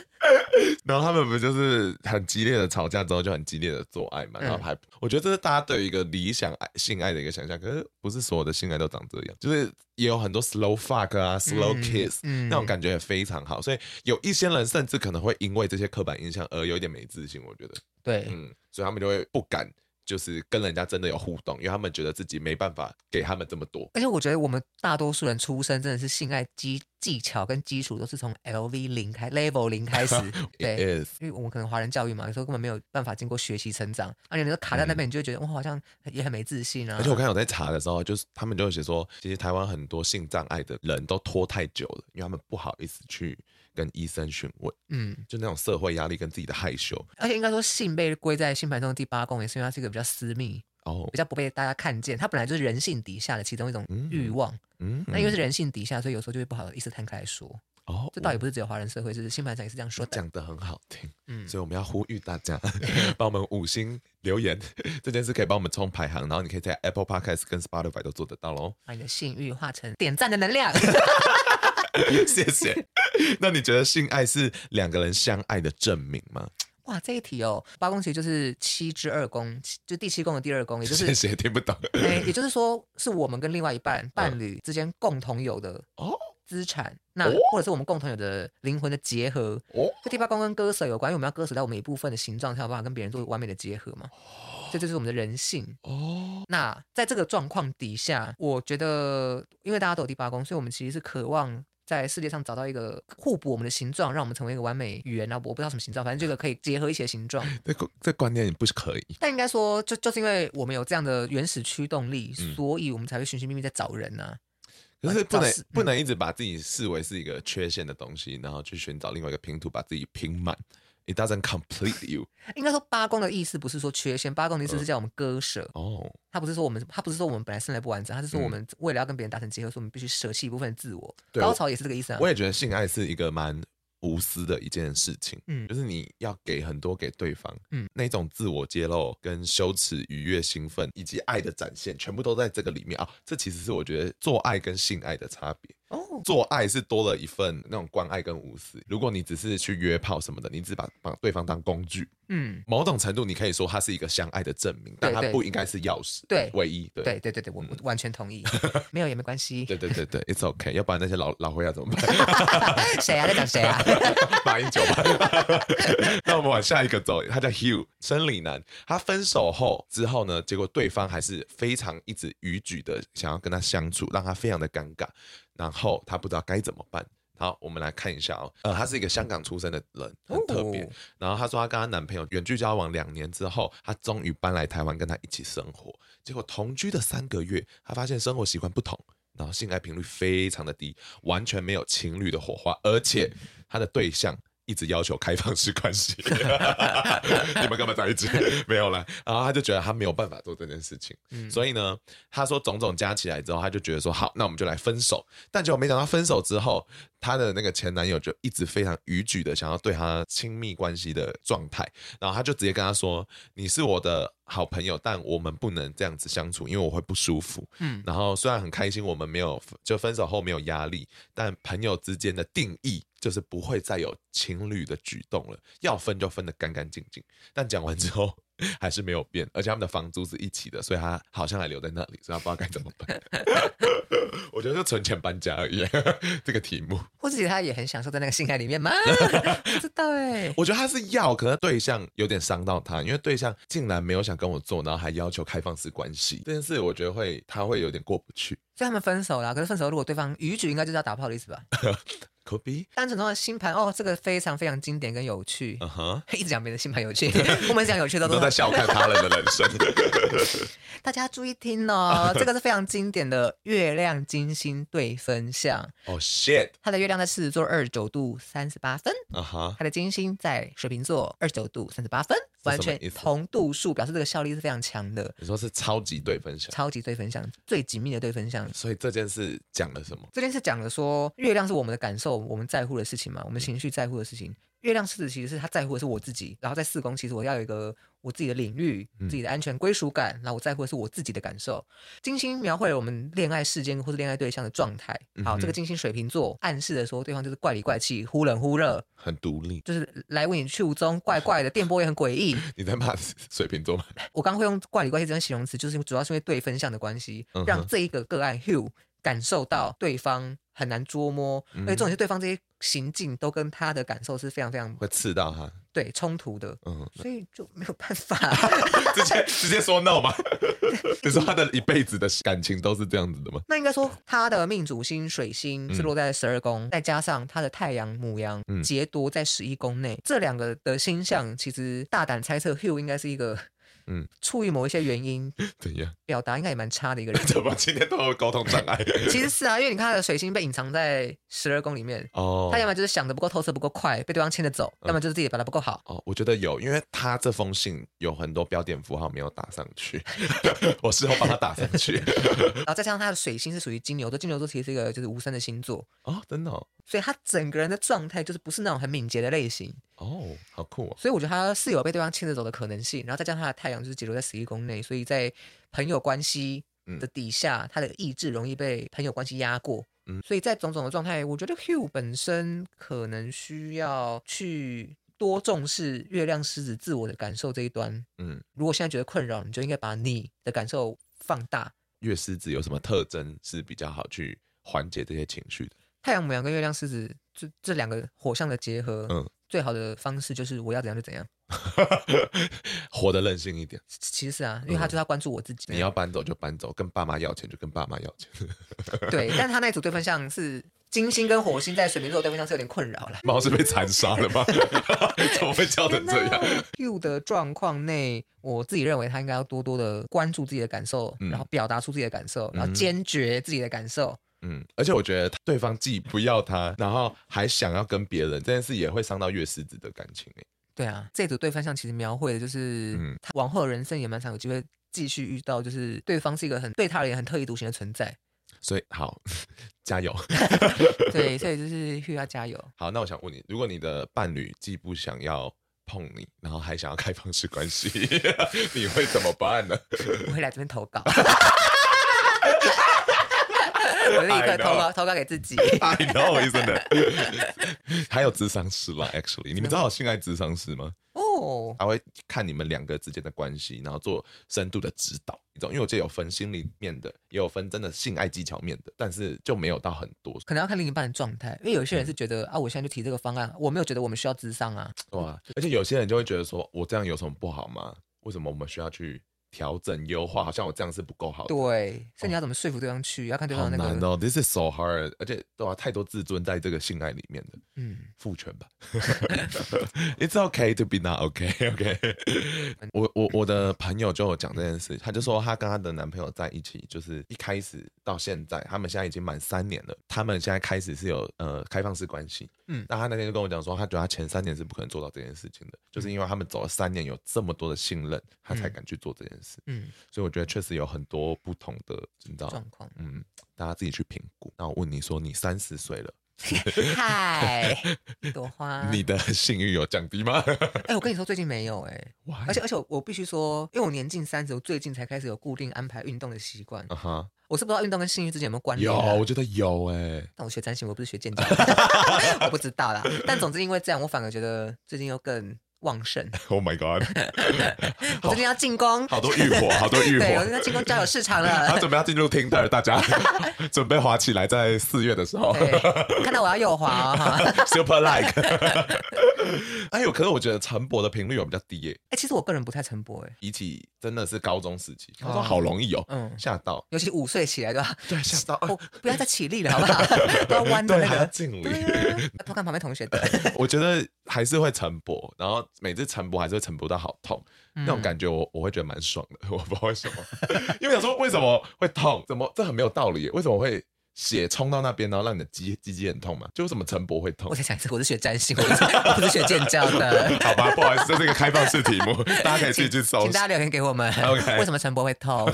Speaker 3: 然后他们不就是很激烈的吵架之后就很激烈的做爱嘛，
Speaker 2: 嗯
Speaker 3: 然后还我觉得这是大家对于一个理想爱性爱的一个想象，可是不是所有的性爱都长这样，就是也有很多 slow fuck 啊，slow
Speaker 2: 嗯
Speaker 3: kiss，、
Speaker 2: 嗯
Speaker 3: 那种感觉也非常好，所以有一些人甚至可能会因为这些刻板印象而有一点没自信，我觉得，
Speaker 2: 对，
Speaker 3: 嗯，所以他们就会不敢就是跟人家真的有互动，因为他们觉得自己没办法给他们这么多。
Speaker 2: 而且我觉得我们大多数人出生真的是性爱基技巧跟基础都是从 LV 零开 level 零开始， 对。
Speaker 3: It is，
Speaker 2: 因为我们可能华人教育嘛，有时候根本没有办法经过学习成长，而且你就卡在那边，你就会觉得我好像也很没自信啊。
Speaker 3: 嗯而且我看我在查的时候，就是他们就有写说，其实台湾很多性障碍的人都拖太久了，因为他们不好意思去跟医生询问，
Speaker 2: 嗯，
Speaker 3: 就那种社会压力跟自己的害羞。
Speaker 2: 而且应该说性被归在星盘中的第八宫，也是因为它是一个比较私密、
Speaker 3: 哦
Speaker 2: 比，较不被大家看见，它本来就是人性底下的其中一种
Speaker 3: 嗯
Speaker 2: 欲望。
Speaker 3: 嗯，
Speaker 2: 那因为是人性底下，所以有时候就会不好意思摊开来说。
Speaker 3: 哦
Speaker 2: 这倒也不是只有华人社会，是星盘上也是这样说的。
Speaker 3: 讲的很好听，
Speaker 2: 嗯，
Speaker 3: 所以我们要呼吁大 家帮我们五星留言 这件事，可以帮我们冲排行，然后你可以在 Apple Podcast 跟 Spotify 都做得到喽。
Speaker 2: 把你的性欲化成点赞的能量。
Speaker 3: 谢谢。那你觉得性爱是两个人相爱的证明吗？
Speaker 2: 哇，这一题哦，八宫其实就是七之二宫，七就第七宫的第二宫，也就
Speaker 3: 谢
Speaker 2: 是，
Speaker 3: 谢，听不懂。
Speaker 2: 哎，也就是说，是我们跟另外一半伴侣之间共同有的
Speaker 3: 哦
Speaker 2: 资产，那
Speaker 3: 哦
Speaker 2: 或者是我们共同有的灵魂的结合。
Speaker 3: 哦
Speaker 2: 这第八宫跟割舍有关，因为我们要割舍掉我们一部分的形状，才有办法跟别人做完美的结合嘛。这就是我们的人性。
Speaker 3: 哦，
Speaker 2: 那在这个状况底下，我觉得，因为大家都有第八宫，所以我们其实是渴望在世界上找到一个互补我们的形状，让我们成为一个完美语言啊，我不知道什么形状，反正这个可以结合一些形状。
Speaker 3: 这个这观念不是可以
Speaker 2: 但应该说，就就是因为我们有这样的原始驱动力，
Speaker 3: 嗯
Speaker 2: 所以我们才会寻寻觅觅在找人啊呐、
Speaker 3: 可是不
Speaker 2: 找
Speaker 3: 能
Speaker 2: 事
Speaker 3: 不能一直把自己视为是一个缺陷的东西，然后去寻找另外一个拼图把自己拼满。It doesn't complete you。
Speaker 2: 应该说，八宫的意思不是说缺陷，八宫的意思
Speaker 3: 嗯
Speaker 2: 是叫我们割舍。
Speaker 3: 哦，
Speaker 2: 他不是说我们，他不是说我们本来生来不完整，他是说
Speaker 3: 嗯
Speaker 2: 我们为了要跟别人达成结合，所以我们必须舍弃一部分自我。
Speaker 3: 对
Speaker 2: 高
Speaker 3: 我
Speaker 2: 潮也是这个意思啊
Speaker 3: 我。也觉得性爱是一个蛮无私的一件事情，
Speaker 2: 嗯
Speaker 3: 就是你要给很多给对方，
Speaker 2: 嗯
Speaker 3: 嗯，那种自我揭露、跟羞耻、愉悦、兴奋以及爱的展现，全部都在这个里面啊。这其实是我觉得做爱跟性爱的差别。
Speaker 2: 哦，
Speaker 3: 做爱是多了一份那种关爱跟无私。如果你只是去约炮什么的，你只把把对方当工具，
Speaker 2: 嗯，
Speaker 3: 某种程度你可以说它是一个相爱的证明，但它
Speaker 2: 对
Speaker 3: 不应该是钥匙，
Speaker 2: 对
Speaker 3: 唯一，对。嗯
Speaker 2: 对对对对，我我完全同 意，没有也没关系。
Speaker 3: 对对对对，It's OK，要不然那些老老灰要怎么办？
Speaker 2: 谁啊？在讲谁啊？
Speaker 3: 马英九吧。那我们往下一个走，他叫 Hugh，生理男。他分手后之后呢，结果对方还是非常一直逾矩的想要跟他相处，让他非常的尴尬，然后他不知道该怎么办。好，我们来看一下哦。呃，他是一个香港出生的人， 很特别。
Speaker 2: 哦
Speaker 3: 然后她说，她跟她男朋友远距交往两年之后，她终于搬来台湾跟他一起生活。结果同居的三个月，她发现生活习惯不同，然后性爱频率非常的低，完全没有情侣的火花，而且她的对象。一直要求开放式关系， 你们干嘛在一起？没有啦。然后她就觉得她没有办法做这件事情，
Speaker 2: 嗯
Speaker 3: 所以呢，她说种种加起来之后，她就觉得说好，那我们就来分手。但结果没想到分手之后，她的那个前男友就一直非常逾矩的想要对她亲密关系的状态，然后她就直接跟她说：“你是我的好朋友，但我们不能这样子相处，因为我会不舒服。”
Speaker 2: 嗯
Speaker 3: 然后虽然很开心，我们没有就分手后没有压力，但朋友之间的定义就是不会再有情侣的举动了，要分就分得干干净净。但讲完之后 还是没有变，而且他们的房租是一起的，所以他好像还留在那里，所以他不知道该怎么办。 我觉得就存钱搬家而已， 这个题目。
Speaker 2: 或者他也很享受在那个性爱里 面吗？不知道哎、
Speaker 3: 我觉得他是要，可能对象有点伤到他，因为对象竟然没有想跟我做，然后还要求开放式关系这件事，我觉得会他会有点过不去。
Speaker 2: 所以他们分手了。可是分手如果对方逾矩，应该就是要打炮的意思吧？
Speaker 3: Could be，
Speaker 2: 单纯的星盘哦，这个非常非常经典跟有趣。
Speaker 3: 嗯哼，
Speaker 2: 一直讲别人星盘有 趣，我们讲有趣的
Speaker 3: 都在笑看他人的人 生。
Speaker 2: 大家注意听
Speaker 3: 啊
Speaker 2: 哦，这个是非常经典的月亮金星对分项，
Speaker 3: 哦、shit，
Speaker 2: 它的月亮在狮子座二十九度三十八分，
Speaker 3: 啊哈，
Speaker 2: 它的金星在水瓶座二十九度三十八分，完全
Speaker 3: 意思
Speaker 2: 同度数，表示这个效力是非常强的，
Speaker 3: 你说是超级对分享，
Speaker 2: 超级对分项，最紧密的对分项。
Speaker 3: 所以这件事讲了什么？
Speaker 2: 这件事讲了说，月亮是我们的感受，我们在乎的事情嘛，我们情绪在乎的事情。月亮狮子其实是他在乎的是我自己，然后在四宫其实我要有一个我自己的领域、
Speaker 3: 嗯
Speaker 2: 自己的安全归属感，然后我在乎的是我自己的感受。金星描绘了我们恋爱事件或是恋爱对象的状态。好，
Speaker 3: 嗯哼
Speaker 2: 这个金星水瓶座暗示的说，对方就是怪里怪气、忽冷忽热，
Speaker 3: 很独立。
Speaker 2: 就是来无影去无踪，怪怪的，电波也很诡异。
Speaker 3: 你在骂水瓶座吗？
Speaker 2: 我刚刚会用“怪里怪气”这种形容词，就是主要是因为对分项的关系，
Speaker 3: 嗯哼
Speaker 2: 让这一个个案 Hugh 感受到对方很难捉摸，
Speaker 3: 嗯
Speaker 2: 而且重点是对方这些行径都跟他的感受是非常非常
Speaker 3: 会刺到他？
Speaker 2: 对冲突的，
Speaker 3: 嗯，
Speaker 2: 所以就没有办 法。
Speaker 3: 直 接直接说 no 吗？你说他的一辈子的感情都是这样子的吗？
Speaker 2: 那应该说他的命主星水星是
Speaker 3: 嗯
Speaker 2: 落在十二宫，再加上他的太阳母羊
Speaker 3: 嗯
Speaker 2: 劫夺在十一宫内，这两个的星象，其实大胆猜测 Hugh 应该是一个嗯
Speaker 3: 嗯，
Speaker 2: 出于某一些原因，
Speaker 3: 怎样？ 。
Speaker 2: 表达应该也蛮差的一个人
Speaker 3: 怎么今天都有沟通障 碍？
Speaker 2: 其实是啊，因为你看他的水星被隐藏在十二宫里面，
Speaker 3: 哦
Speaker 2: 他要么就是想的不够透彻、不够快，被对方牵着走；要么就是自己表达不够好。
Speaker 3: 哦，我觉得有，因为他这封信有很多标点符号没有打上 去，我事后帮他打上去。
Speaker 2: 然后再加上他的水星是属于金牛座，金牛座其实是一个就是无声的星座，
Speaker 3: 哦，真的、哦，
Speaker 2: 所以他整个人的状态就是不是那种很敏捷的类型。
Speaker 3: 哦，好酷哦！
Speaker 2: 所以我觉得他是有被对方牵着走的可能性，然后再加上他的太阳就是解留在十一宫内，所以在朋友关系的底下，他的意志容易被朋友关系压过。
Speaker 3: 嗯
Speaker 2: 所以在种种的状态，我觉得 Hugh 本身可能需要去多重视月亮狮子自我的感受这一端。
Speaker 3: 嗯，
Speaker 2: 如果现在觉得困扰，你就应该把你的感受放大。
Speaker 3: 月狮子有什么特征是比较好去缓解这些情绪的？
Speaker 2: 太阳母羊跟月亮狮子这这两个火象的结合，
Speaker 3: 嗯
Speaker 2: 最好的方式就是我要怎样就怎样。
Speaker 3: 活得任性一点，
Speaker 2: 其实啊，因
Speaker 3: 嗯
Speaker 2: 为他就要关注我自己。啊
Speaker 3: 你要搬走就搬走，跟爸妈要钱就跟爸妈要钱。
Speaker 2: 对，但他那组对分项是金星跟火星在水瓶座的对分项是有点困扰了。
Speaker 3: 猫是被残杀了吗？ 怎么会叫成哦这样？
Speaker 2: Q 的状况内，我自己认为他应该要多多的关注自己的感受，
Speaker 3: 嗯
Speaker 2: 然后表达出自己的感受，然后
Speaker 3: 嗯
Speaker 2: 坚决自己的感受。
Speaker 3: 嗯，而且我觉得对方既不要他，然后还想要跟别人，这件事也会伤到月狮子的感情欸
Speaker 2: 对啊，这组对分项其实描绘的就是、
Speaker 3: 嗯
Speaker 2: 他往后的人生也蛮常有机会继续遇到，就是对方是一个很对他而言很特立独行的存在。
Speaker 3: 所以好， 加油。
Speaker 2: 对，所以就是 Q 要加油。
Speaker 3: 好，那我想问你，如果你的伴侣既不想要碰你，然后还想要开放式关系， 你会怎么办呢？
Speaker 2: 我会来这边投稿。 我立
Speaker 3: 哎
Speaker 2: 刻投稿，投稿给自己。
Speaker 3: I know，真的。 还有智商师啦，actually，你们知道有性爱智商师吗？
Speaker 2: 哦，
Speaker 3: 他会看你们两个之间的关系，然后做深度的指导。一种，因为我记得有分心里面的，也有分真的性爱技巧面的，但是就没有到很多。
Speaker 2: 可能要看另一半的状态，因为有些人是觉得、啊，我现在就提这个方案，我没有觉得我们需要智商啊。
Speaker 3: 哇！而且有些人就会觉得说，我这样有什么不好吗？为什么我们需要去调整优化？好像我这样是不够好的。
Speaker 2: 对，所以你要怎么说服对方去，要看对
Speaker 3: 哦好
Speaker 2: 方的那
Speaker 3: 难
Speaker 2: 个，
Speaker 3: 哦，This is so hard，而且对啊，太多自尊在这个性爱里面的
Speaker 2: 嗯，
Speaker 3: 父权吧。It's okay to be not okay, OK 我。我我的朋友就有讲这件事，她就说她跟她的男朋友在一起，就是一开始到现在，他们现在已经满三年了，他们现在开始是有呃开放式关系。
Speaker 2: 嗯
Speaker 3: 那她那天就跟我讲说，她觉得她前三年是不可能做到这件事情的，就是因为他们走了三年，有这么多的信任，她才
Speaker 2: 嗯
Speaker 3: 敢去做这件事。
Speaker 2: 嗯，
Speaker 3: 所以我觉得确实有很多不同的，你知道，
Speaker 2: 状 况。
Speaker 3: 嗯，大家自己去评估。那我问你说，你三十岁了，
Speaker 2: 嗨，一朵花。
Speaker 3: 你的性欲有降低吗？
Speaker 2: 哎、我跟你说，最近没有哎、
Speaker 3: 哇
Speaker 2: 而且而且我我必须说，因为我年近三十，我最近才开始有固定安排运动的习惯。
Speaker 3: 啊哈，
Speaker 2: 我是不知道运动跟性欲之间有没有关联、
Speaker 3: 有，
Speaker 2: 啊。
Speaker 3: 我觉得有哎、
Speaker 2: 但我学占星，我不是学建教， 我不知道啦。但总之，因为这样，我反而觉得最近又更旺 盛。
Speaker 3: Oh my god，
Speaker 2: 我最近要进攻，
Speaker 3: 好多欲 火，好多欲
Speaker 2: 对，我最近
Speaker 3: 火。
Speaker 2: 要进攻交友市场
Speaker 3: 他
Speaker 2: 了。
Speaker 3: 准备要进入 Tinder，大 家准备滑起来，在四月的时候
Speaker 2: 对，看到我要右滑、哦、哈。
Speaker 3: ，Super Like。哎呦，可是我觉得陈博的频率有比较低耶、
Speaker 2: 哎、其实我个人不太晨勃哎，
Speaker 3: 比起真的是高中时期，他说
Speaker 2: 哦
Speaker 3: 好容易哦，
Speaker 2: 嗯，
Speaker 3: 吓到，
Speaker 2: 尤其五岁起来对吧？
Speaker 3: 对，吓到，
Speaker 2: 哦，不要再起立了，好不 好？都要弯的
Speaker 3: 对，
Speaker 2: 那
Speaker 3: 还
Speaker 2: 个。
Speaker 3: 要敬礼。
Speaker 2: 对啊，偷看旁边同学 的
Speaker 3: 我觉得还是会晨勃，然后每次晨勃还是会晨勃到好痛，
Speaker 2: 嗯
Speaker 3: 那种感觉我我会觉得蛮爽的， 我不知道为什么，因为想说为什么会痛，怎么这很没有道理耶，为什么会血冲到那边，然后让你的肌肌肌很痛嘛？就为什么晨勃会痛
Speaker 2: 我？再想一次，我是学占星，我 不是我不是学建教的。
Speaker 3: 好吧，不好意思，这是一个开放式题目， 大家可以自己去搜
Speaker 2: 请。大家留言给我们
Speaker 3: OK
Speaker 2: 为什么晨勃会 痛？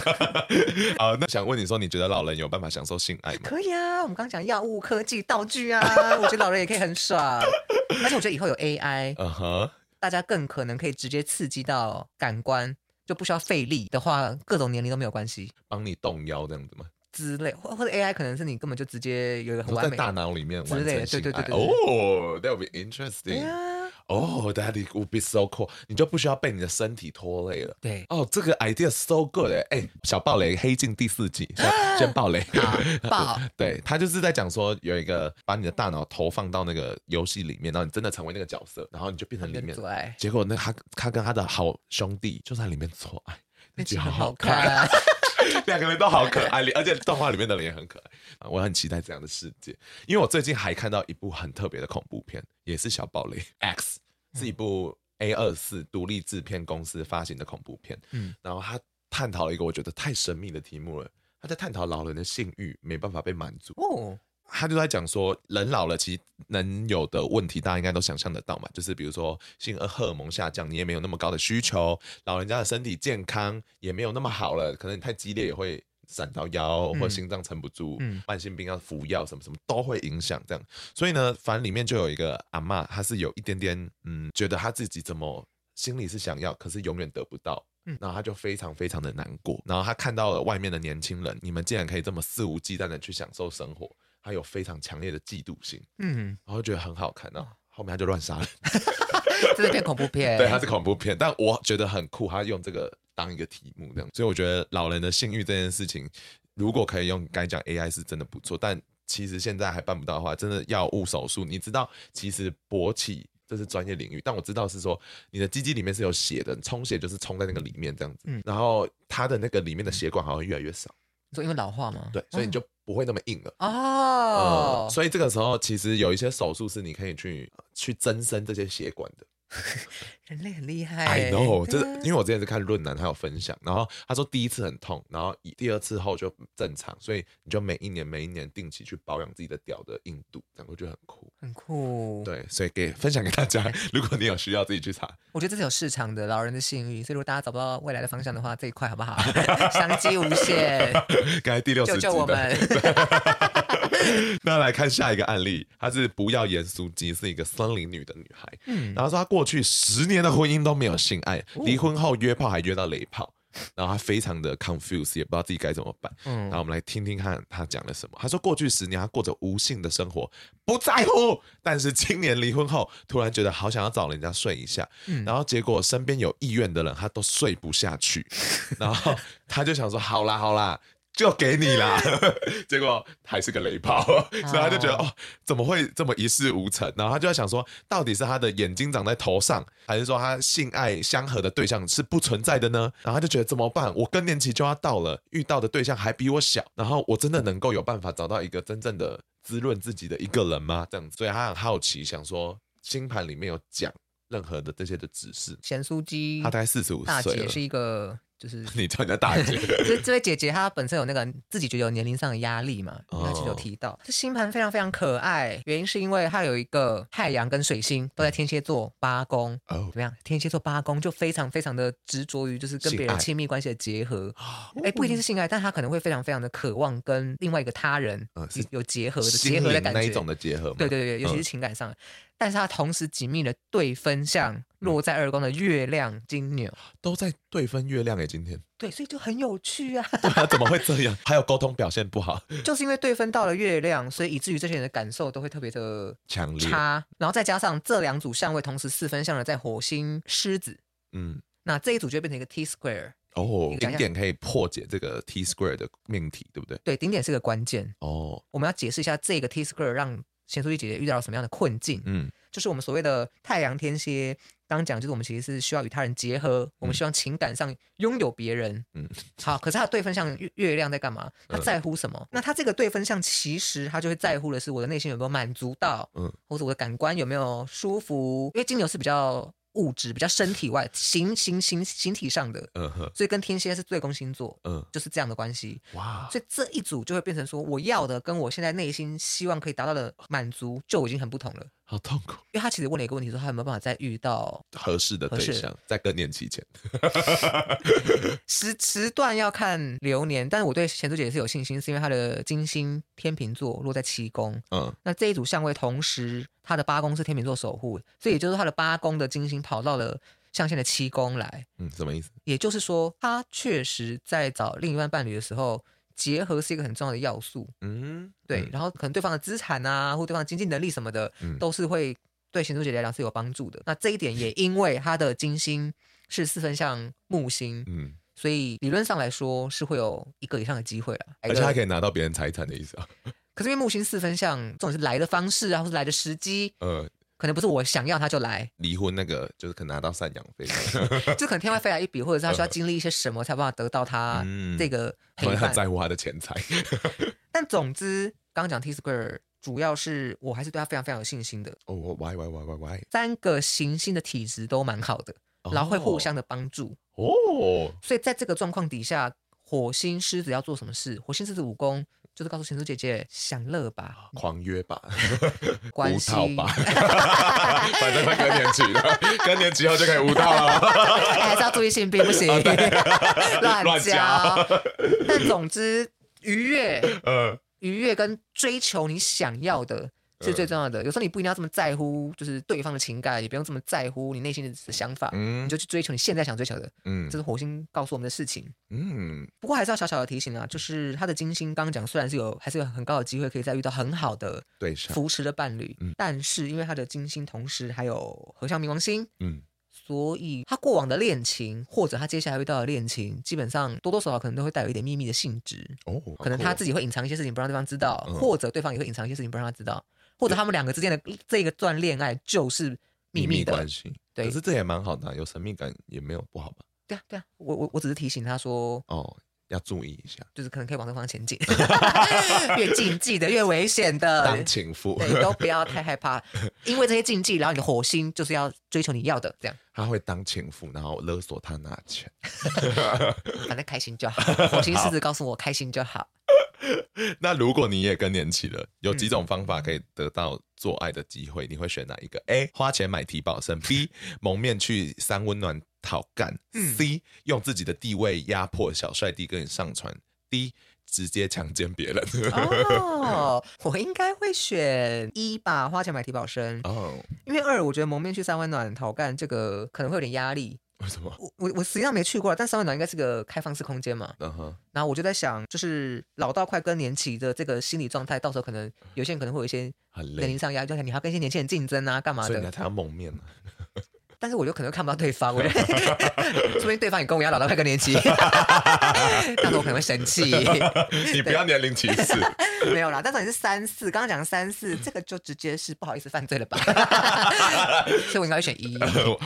Speaker 3: 好，那想问你说，你觉得老人有办法享受性爱吗？
Speaker 2: 可以啊，我们刚刚讲药物、科技、道具啊， 我觉得老人也可以很爽。而且我觉得以后有 AI，
Speaker 3: 嗯哼，
Speaker 2: 大家更可能可以直接刺激到感官，就不需要费力的话，各种年龄都没有关系
Speaker 3: 帮你动腰这样子吗？
Speaker 2: 之类，或或者 AI 可能是你根本就直接有一个很
Speaker 3: 我
Speaker 2: 完
Speaker 3: 在
Speaker 2: 美
Speaker 3: 大脑里面完
Speaker 2: 之类的
Speaker 3: 成性
Speaker 2: 对对
Speaker 3: 爱。
Speaker 2: 对对
Speaker 3: 哦，that would be
Speaker 2: 对
Speaker 3: interesting。
Speaker 2: 啊，
Speaker 3: 哦、t h a t would be so cool！你就不需要被你的身体拖累了。
Speaker 2: 对，
Speaker 3: 哦，这个 idea so good 哎、哎，小暴雷《黑镜》第四季， 先先暴雷。
Speaker 2: 爆
Speaker 3: 对他就是在讲说，有一个把你的大脑投放到那个游戏里面，然后你真的成为那个角色，然后你就变成里面
Speaker 2: 做。爱，
Speaker 3: 结果那他他跟他的好兄弟就在里面做爱，
Speaker 2: 那
Speaker 3: 集
Speaker 2: 集
Speaker 3: 好
Speaker 2: 很好
Speaker 3: 看，
Speaker 2: 看。啊
Speaker 3: 两个人都好可爱，而且动画里面的人也很可爱。啊我很期待这样的世界，因为我最近还看到一部很特别的恐怖片，也是小暴雷 X，是一部 A 二四独立制片公司发行的恐怖片。
Speaker 2: 嗯
Speaker 3: 然后他探讨了一个我觉得太神秘的题目了，他在探讨老人的性欲没办法被满足。
Speaker 2: 哦，
Speaker 3: 他就在讲说，人老了其实能有的问题，大家应该都想象得到嘛，就是比如说性呃荷尔蒙下降，你也没有那么高的需求，老人家的身体健康也没有那么好了，可能你太激烈也会闪到腰或
Speaker 2: 嗯
Speaker 3: 心脏撑不住、
Speaker 2: 嗯
Speaker 3: 慢性病要服药什么什么都会影响这样。所以呢，反正里面就有一个阿嬷，她是有一点点嗯，觉得她自己怎么心里是想要，可是永远得不到。
Speaker 2: 嗯
Speaker 3: 然后她就非常非常的难过，然后她看到了外面的年轻人，你们竟然可以这么肆无忌惮的去享受生活，她有非常强烈的嫉妒心，
Speaker 2: 嗯，
Speaker 3: 然后觉得很好看，然后后面她就乱杀人，
Speaker 2: 这是片恐怖片，
Speaker 3: 对，它是恐怖片，但我觉得很酷，他用这个当一个题目这样，所以我觉得老人的性欲这件事情，如果可以用该讲 AI 是真的不错，但其实现在还办不到的话，真的药物手术，你知道，其实勃起这是专业领域，但我知道是说你的鸡鸡里面是有血的，充血就是充在那个里面这样子，
Speaker 2: 嗯
Speaker 3: 然后它的那个里面的血管好像越来越少，
Speaker 2: 你说因为老化嘛，
Speaker 3: 对，所以你就不会那么硬了。
Speaker 2: 哦
Speaker 3: 呃，，所以这个时候其实有一些手术是你可以去呃去增生这些血管的。
Speaker 2: 人类很厉害
Speaker 3: I
Speaker 2: 欸
Speaker 3: know，
Speaker 2: 对
Speaker 3: 这
Speaker 2: 啊
Speaker 3: 是因为我之前是看论坛，他有分享，然后他说第一次很痛，然后以第二次后就正常，所以你就每一年每一年定期去保养自己的屌的硬度，这样我觉得很酷。
Speaker 2: 很酷，
Speaker 3: 对，所以给分享给 大家，如果你有需要自己去查。
Speaker 2: 我觉得这是有市场的老人的性欲，所以如果大家找不到未来的方向的话，这一块好 不好？商机无限，
Speaker 3: 刚才第 六十
Speaker 2: 救
Speaker 3: 集
Speaker 2: 救我
Speaker 3: 的，
Speaker 2: 们！
Speaker 3: 那来看下一个案例，她是不要盐酥鸡，是一个森林女的女孩，
Speaker 2: 嗯
Speaker 3: 然后说她过去十年的婚姻都没有性爱，
Speaker 2: 哦
Speaker 3: 离婚后约炮还约到雷炮，然后她非常的 confused，也不知道自己该怎么办。然后
Speaker 2: 嗯，
Speaker 3: 我们来听听看他讲了什么。他说，过去十年他过着无性的生活，不在乎。但是今年离婚后，突然觉得好想要找人家睡一下，
Speaker 2: 嗯
Speaker 3: 然后结果身边有意愿的人，他都睡不下去。 然后他就想说，好啦好啦。就给你啦， 结果还是个雷炮，所以他就觉得哦，怎么会这么一事无成？然后他就在想说，到底是他的眼睛长在头上，还是说他性爱相合的对象是不存在的呢？然后他就觉得怎么办？我更年期就要到了，遇到的对象还比我小，然后我真的能够有办法找到一个真正的滋润自己的一个人吗？这样子，所以他很好奇，想说星盘里面有讲任何的这些的指示。
Speaker 2: 咸酥鸡
Speaker 3: 他，大概四十五
Speaker 2: 嗯大
Speaker 3: 岁
Speaker 2: 姐
Speaker 3: 了，
Speaker 2: 是一个就是。
Speaker 3: 你叫人家大姐
Speaker 2: 这这位姐姐她本身有那个自己觉得有年龄上的压力嘛，
Speaker 3: 哦
Speaker 2: 她其实有提到，这星盘非常非常可爱，原因是因为它有一个太阳跟水星都在天蝎座八宫，
Speaker 3: 哦
Speaker 2: 怎么样？天蝎座八宫就非常非常的执着于就是跟别
Speaker 3: 性爱哦
Speaker 2: 人亲密关系的结合，哎，不一定是性爱，但他可能会非常非常的渴望跟另外一个他人
Speaker 3: 嗯是
Speaker 2: 有结合的
Speaker 3: 心
Speaker 2: 结合的
Speaker 3: 灵
Speaker 2: 感
Speaker 3: 那
Speaker 2: 觉，
Speaker 3: 一种的嗯结合吗？
Speaker 2: 对对对，尤其是情感上的，但是他同时紧密的对分
Speaker 3: 嗯
Speaker 2: 项落在二宫的月亮金牛，
Speaker 3: 都在对分月亮哎，今天
Speaker 2: 对，所以就很有趣啊。
Speaker 3: 对啊，怎么会这样？还有沟通表现不好，
Speaker 2: 就是因为对分到了月亮，所以以至于这些人的感受都会特别的
Speaker 3: 强烈，
Speaker 2: 差。然后再加上这两组相位同时四分相的在火星狮子，
Speaker 3: 嗯，
Speaker 2: 那这一组就会变成一个 T square。
Speaker 3: 哦
Speaker 2: 你，想
Speaker 3: 顶
Speaker 2: 想
Speaker 3: 点可以破解这个 T square 的命题，对不对？
Speaker 2: 对，顶点是个关键。
Speaker 3: 哦，
Speaker 2: 我们要解释一下这个 T square 让贤淑丽姐姐遇到了什么样的困境。
Speaker 3: 嗯
Speaker 2: 就是我们所谓的太阳天蝎，刚刚讲就是我们其实是需要与他人结合，我们希望情感上拥有别人。
Speaker 3: 嗯
Speaker 2: 嗯， 好，可是他的对分项月月亮在干嘛？他在乎什么？那他这个对分项其实他就会在乎的是我的内心有没有满足到，
Speaker 3: 嗯
Speaker 2: 嗯，或者我的感官有没有舒服？因为金牛是比较物质、比较身体外形形形形体上的，
Speaker 3: 嗯哼
Speaker 2: 所以跟天蝎是对宫星座。
Speaker 3: 嗯，
Speaker 2: 就是这样的关系，
Speaker 3: 哇，
Speaker 2: 所以这一组就会变成说，我要的跟我现在内心希望可以达到的满足就已经很不同了。
Speaker 3: 好痛苦，
Speaker 2: 因为他其实问了一个问题，说他有没有办法再遇到
Speaker 3: 合适的对
Speaker 2: 合适
Speaker 3: 象在更年期前，
Speaker 2: 时时段要看流年，但是我对贤珠姐是有信心，是因为她的金星天秤座落在七宫，
Speaker 3: 嗯，
Speaker 2: 那这一组相位同时她的八宫是天秤座守护，所以也就是说她的八宫的金星跑到了象限的七宫来，
Speaker 3: 嗯，什么意思？
Speaker 2: 也就是说她确实在找另一半伴侣的时候，结合是一个很重要的要素，
Speaker 3: 嗯，
Speaker 2: 对，
Speaker 3: 嗯
Speaker 2: 然后可能对方的资产啊，或对方的经济能力什么的，
Speaker 3: 嗯
Speaker 2: 都是会对贤珠姐来讲是有帮助的。那这一点也因为她的金星是四分相木星，
Speaker 3: 嗯，
Speaker 2: 所以理论上来说是会有一个以上的机会了。
Speaker 3: 而且还可
Speaker 2: 以，
Speaker 3: 以拿到别人财产的意思啊，
Speaker 2: 可是因为木星四分相，这种是来的方式啊，或是来的时机，
Speaker 3: 呃，，
Speaker 2: 可能不是我想要他就来
Speaker 3: 离婚那个就是可能拿到赡养费，
Speaker 2: 就可能天外飞来一笔，或者是他需要经历一些什么才有办法得到他
Speaker 3: 嗯
Speaker 2: 这个陪
Speaker 3: 我很
Speaker 2: 伴。
Speaker 3: 在乎他的钱财，
Speaker 2: 但总之，刚刚讲 T square 主要是我还是对他非常非常有信心的。
Speaker 3: 哦，我 why why why why why，
Speaker 2: 三个行星的体质都蛮好的，然后会互相的帮助。
Speaker 3: 哦，
Speaker 2: 所以在这个状况底下，火星狮子要做什么事？火星狮子武功就是告诉贤淑姐姐享乐吧，
Speaker 3: 狂约吧，
Speaker 2: 关
Speaker 3: 无
Speaker 2: 系
Speaker 3: 套 吧，反正他更年期了，更年期后就可以无套了，
Speaker 2: 还是要注注意性病不行， 乱
Speaker 3: 哦乱
Speaker 2: 交
Speaker 3: 交。
Speaker 2: 但总之，愉悦、
Speaker 3: 呃，
Speaker 2: 愉悦跟追求你想要的是
Speaker 3: 嗯
Speaker 2: 最重要的。有时候你不一定要这么在乎，就是对方的情感，也不用这么在乎你内心的想法，
Speaker 3: 嗯
Speaker 2: 你就去追求你现在想追求的。
Speaker 3: 嗯
Speaker 2: 这是火星告诉我们的事情。
Speaker 3: 嗯，
Speaker 2: 不过还是要小小的提醒啊，就是他的金星刚刚讲，虽然是有还是有很高的机会可以再遇到很好的
Speaker 3: 对上，
Speaker 2: 扶持的伴侣，
Speaker 3: 啊嗯
Speaker 2: 但是因为他的金星同时还有合相冥王星，
Speaker 3: 嗯，
Speaker 2: 所以他过往的恋情或者他接下来遇到的恋情，基本上多多少少可能都会带有一点秘密的性质，
Speaker 3: 哦，
Speaker 2: 可能他自己会隐藏一些事情不让对方知道，
Speaker 3: 嗯
Speaker 2: 或者对方也会隐藏一些事情不让他知道，或者他们两个之间的这个段恋爱就是秘
Speaker 3: 秘
Speaker 2: 密
Speaker 3: 密
Speaker 2: 的
Speaker 3: 关，系，
Speaker 2: 对
Speaker 3: 可是这也蛮好的啊，有神秘感也没有不好吧？
Speaker 2: 对啊对啊，我我我只是提醒他说，
Speaker 3: 哦，要注意一下，
Speaker 2: 就是可能可以往这方向前 进，越禁忌的越危险的
Speaker 3: 当。情妇，
Speaker 2: 呃对，都不要太害怕，因为这些禁忌，然后你的火星就是要追求你要的，这样
Speaker 3: 他会当情妇，然后勒索他拿钱。
Speaker 2: 反正开心就 好。火星狮子告诉我开心就好。
Speaker 3: 那如果你也更年期了，有几种方法可以得到做爱的机会，你会选哪一个？A. 花钱买体保生；B. 蒙面去三温暖讨干、
Speaker 2: 嗯
Speaker 3: c 用自己的地位压迫小帅弟跟你上床；D. 直接强奸别人。
Speaker 2: 哦， 我应该会选一吧，花钱买体保生，
Speaker 3: 哦，
Speaker 2: 因为二我觉得蒙面去三温暖讨干这个可能会有点压力。
Speaker 3: 为什么？
Speaker 2: 我我我实际上没去过，但三温暖应该是个开放式空间嘛。
Speaker 3: 嗯哼，
Speaker 2: 然后我就在想，就是老到快更年期的这个心理状态，到时候可能有些人可能会有一些
Speaker 3: 很
Speaker 2: 年龄
Speaker 3: 累，
Speaker 2: 上压力，就是你还要跟一些年轻人竞争啊，干嘛
Speaker 3: 所以你
Speaker 2: 的？
Speaker 3: 才要蒙面啊。
Speaker 2: 但是我就可能看不到对方，我就 说不定对方也跟我一样老到快更年期，那时候我可能会生 气。
Speaker 3: 你不要年龄歧 视。
Speaker 2: 没有啦，但是你是三四，刚刚讲三四，这个就直接是不好意思犯罪 了吧？所以我应该会选一。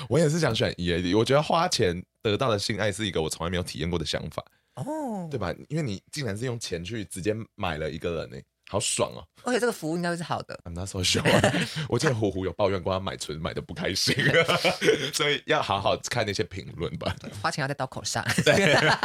Speaker 3: 我也是想选 E A D，我觉得花钱得到的性爱是一个我从来没有体验过的想法，
Speaker 2: 哦，
Speaker 3: 对吧？因为你竟然是用钱去直接买了一个人呢、好爽哦
Speaker 2: 而且这个服务应该会是好的。
Speaker 3: ！I'm not so sure 。 我记得虎虎有抱怨过他买唇买的不开心， 所以要好好看那些评论吧。
Speaker 2: 花钱要在刀口上，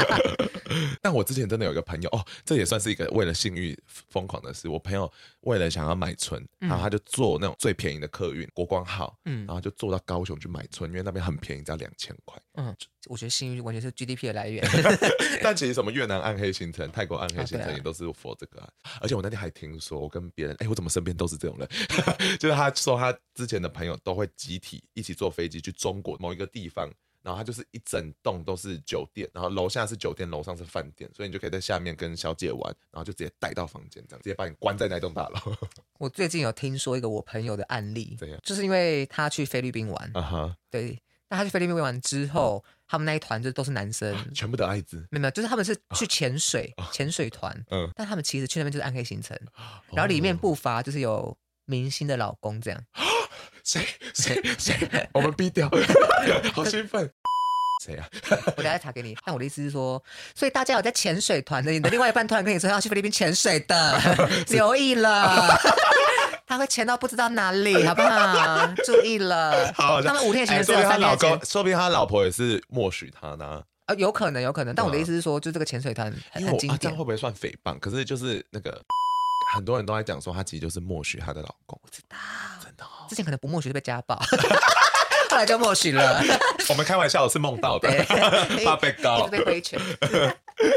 Speaker 3: 但我之前真的有一个朋友哦，这也算是一个为了性欲疯狂的事。我朋友为了想要买春，然后他就坐那种最便宜的客运国光号，
Speaker 2: 嗯
Speaker 3: 然后就坐到高雄去买春，因为那边很便宜，只要两千块。
Speaker 2: 嗯，我觉得性欲完全是 GDP 的来 源。
Speaker 3: 但其实什么越南暗黑行程、泰国暗黑
Speaker 2: 啊
Speaker 3: 行
Speaker 2: 对
Speaker 3: 程
Speaker 2: 啊
Speaker 3: 也都是佛这个、啊而且我那天还听说，我跟别人，哎、我怎么身边都是这种人？ 就是他说他之前的朋友都会集体一起坐飞机去中国某一个地方。然后他就是一整栋都是酒店，然后楼下是酒店，楼上是饭店，所以你就可以在下面跟小姐玩，然后就直接带到房间，这样直接把你关在那栋大楼。
Speaker 2: 我最近有听说一个我朋友的案例
Speaker 3: 怎样，
Speaker 2: 就是因为他去菲律宾玩，
Speaker 3: 啊哈，
Speaker 2: 对，但他去菲律宾玩之后，他们那一团就都是男生，
Speaker 3: 全部的艾滋，
Speaker 2: 没有没有，就是他们是去潜水，
Speaker 3: 啊
Speaker 2: 潜水团，
Speaker 3: 嗯，
Speaker 2: 但他们其实去那边就是暗黑行程，然后里
Speaker 3: 哦
Speaker 2: 面不乏就是有明星的老公 这样。
Speaker 3: 谁谁 谁，我们逼掉， 好兴奋。谁啊？
Speaker 2: 我等下查给你。但我的意思是说，所以大家有在潜水团的，你的另外一半突然跟你说要去菲律宾潜水 的， 留意了。他会潜到不知道哪里，好不好？注意了。
Speaker 3: 好，
Speaker 2: 他们五天
Speaker 3: 哎
Speaker 2: 前只
Speaker 3: 说
Speaker 2: 有
Speaker 3: 不定他
Speaker 2: 三
Speaker 3: 老
Speaker 2: 天前
Speaker 3: 公，，说不定他老婆也是默许他呢。
Speaker 2: 呃，有可能，有可能。但我的意思是说，就这个潜水团很
Speaker 3: 因为
Speaker 2: 很
Speaker 3: 我
Speaker 2: 经
Speaker 3: 啊，这
Speaker 2: 典
Speaker 3: 样会。不会算诽谤？可是就是那个很多人都在讲说，她其实就是默许她的老公。哦
Speaker 2: 之前可能不默许就被家暴， 后来就默许了，
Speaker 3: 我们开玩笑是梦到的
Speaker 2: 对，
Speaker 3: 怕被
Speaker 2: 一
Speaker 3: 告
Speaker 2: 直。被规劝。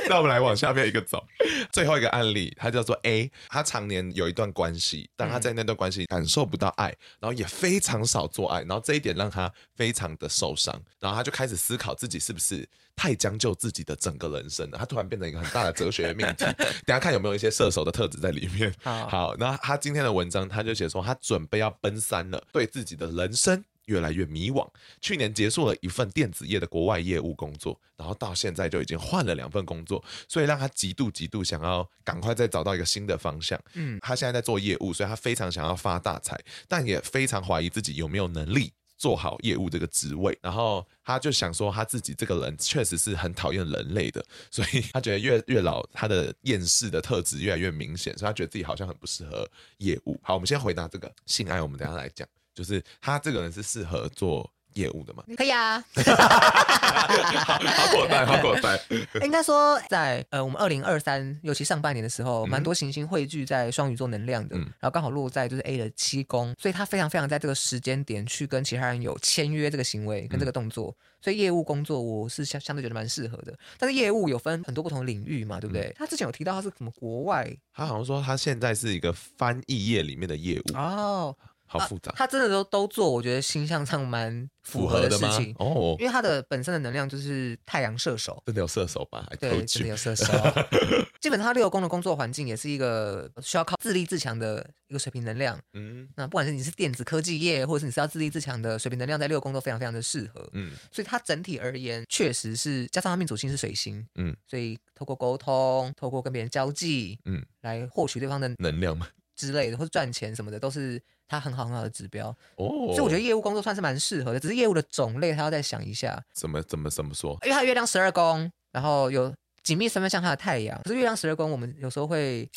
Speaker 3: 那我们来往下面一个走， 最后一个案例，他叫做 A，他常年有一段关系，但他在那段关系感受不到爱，然后也非常少做爱，然后这一点让他非常的受伤，然后他就开始思考自己是不是太将就自己的整个人生了，他突然变成一个很大的哲学命题，等一下看有没有一些射手的特质在里面。
Speaker 2: 好
Speaker 3: 好，那他今天的文章他就写说，他准备要奔三了，对自己的人生越来越迷惘。去年结束了一份电子业的国外业务工作，然后到现在就已经换了两份工作，所以让他极度极度想要赶快再找到一个新的方向。
Speaker 2: 嗯
Speaker 3: 他现在在做业务，所以他非常想要发大财，但也非常怀疑自己有没有能力。做好业务这个职位，然后他就想说，他自己这个人确实是很讨厌人类的， 所以他觉得越越老，他的厌世的特质越来越明显，所以他觉得自己好像很不适合业务。好，我们先回答这个性爱，我们等一下来讲，就是他这个人是适合做业务的吗？
Speaker 2: 可以啊。
Speaker 3: 好好果断，好果断。
Speaker 2: 应该说在呃我们二零二三，尤其上半年的时候，蛮多行星汇聚在双鱼座能量的，
Speaker 3: 嗯
Speaker 2: 然后刚好落在就是 A 的七宫，所以他非常非常在这个时间点去跟其他人有签约这个行为
Speaker 3: 嗯
Speaker 2: 跟这个动作，所以业务工作我是相相对觉得蛮适合的。但是业务有分很多不同的领域嘛，对
Speaker 3: 嗯
Speaker 2: 不对？他之前有提到他是什么国外
Speaker 3: 他好像说他现在是一个翻译业里面的业务，
Speaker 2: 哦，
Speaker 3: 好复杂，
Speaker 2: 他真的都都做，我觉得星象上蛮符合的
Speaker 3: 的
Speaker 2: 事
Speaker 3: 吗
Speaker 2: 情？，
Speaker 3: 哦，
Speaker 2: 因为他的本身的能量就是太阳射手。
Speaker 3: 真的有射手吧？还偷
Speaker 2: 对，真的
Speaker 3: 去
Speaker 2: 有射手。 基本上他六宫的工作环境也是一个呃需要靠自立自强的一个水平能量。
Speaker 3: 嗯
Speaker 2: 那不管是你是电子科技业，或者是你是要自立自强的水平能量，在六宫都非常非常的适合。
Speaker 3: 嗯
Speaker 2: 所以它整体而言，确实是加上它命主星是水星，
Speaker 3: 嗯，
Speaker 2: 所以透过沟通，透过跟别人交际，
Speaker 3: 嗯，
Speaker 2: 来获取对方的
Speaker 3: 能量嘛，
Speaker 2: 之类的，或者赚钱什么的，都是它很好很好的指标。
Speaker 3: 哦，
Speaker 2: 所以我觉得业务工作算是蛮适合的，只是业务的种类它要再想一下。
Speaker 3: 怎么怎么怎么说？
Speaker 2: 因为它的月亮十二宫，然后有紧密三分像它的太阳。可是月亮十二宫，我们有时候会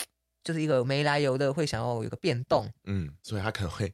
Speaker 2: 就是一个没来由的会想要有个变动。
Speaker 3: 嗯，所以他可能会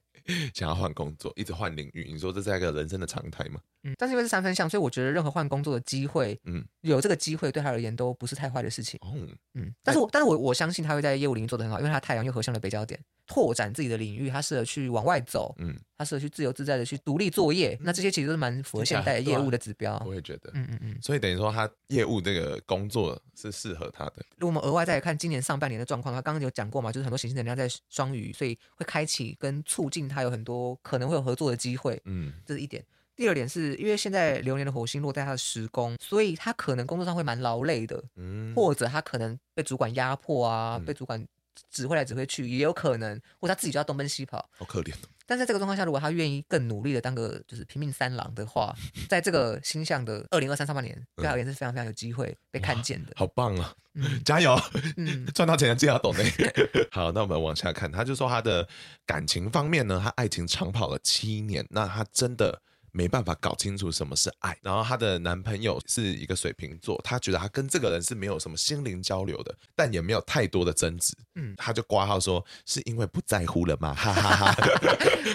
Speaker 3: 想要换工作，一直换领域。你说这是一个人生的常态吗？
Speaker 2: 嗯，但是因为是三分相，所以我觉得任何换工作的机会，
Speaker 3: 嗯
Speaker 2: 嗯，有这个机会对他而言都不是太坏的事情。
Speaker 3: 哦，
Speaker 2: 嗯，但是我但是我我相信他会在业务领域做得很好，因为他的太阳又合向了北焦点，拓展自己的领域，他适合去往外走，
Speaker 3: 嗯，
Speaker 2: 他适合去自由自在的去独立作业。那这些其实都是蛮符合现代的业务的指标。
Speaker 3: 我也觉得。
Speaker 2: 嗯嗯嗯，
Speaker 3: 所以等于说，他业务这个工作是适合他的。
Speaker 2: 如果我们额外再看今年上半年的状况的话，刚刚有讲过嘛，就是很多行星能量在双鱼，所以会开启跟促进它有很多可能会有合作的机会，
Speaker 3: 嗯
Speaker 2: 这是一点。第二点是因为现在流年的火星落在他的时宫，所以他可能工作上会蛮劳累的，
Speaker 3: 嗯，
Speaker 2: 或者他可能被主管压迫啊，
Speaker 3: 嗯
Speaker 2: 被主管指挥来指挥去，也有可能，或者他自己就要东奔西跑。
Speaker 3: 好可怜哦。
Speaker 2: 但在这个状况下，如果他愿意更努力的当个就是拼命三郎的话，在这个星象的二零二三上半年，对他而言是非常非常有机会被看见的。
Speaker 3: 好棒啊！
Speaker 2: 嗯
Speaker 3: 加油，
Speaker 2: 嗯
Speaker 3: 赚到钱记得要懂内。 好，那我们往下看，他就说他的感情方面呢，他爱情长跑了七年，那他真的。没办法搞清楚什么是爱，然后她的男朋友是一个水瓶座，她觉得她跟这个人是没有什么心灵交流的，但也没有太多的争执，
Speaker 2: 嗯，
Speaker 3: 她就挂号说是因为不在乎了吗？哈哈哈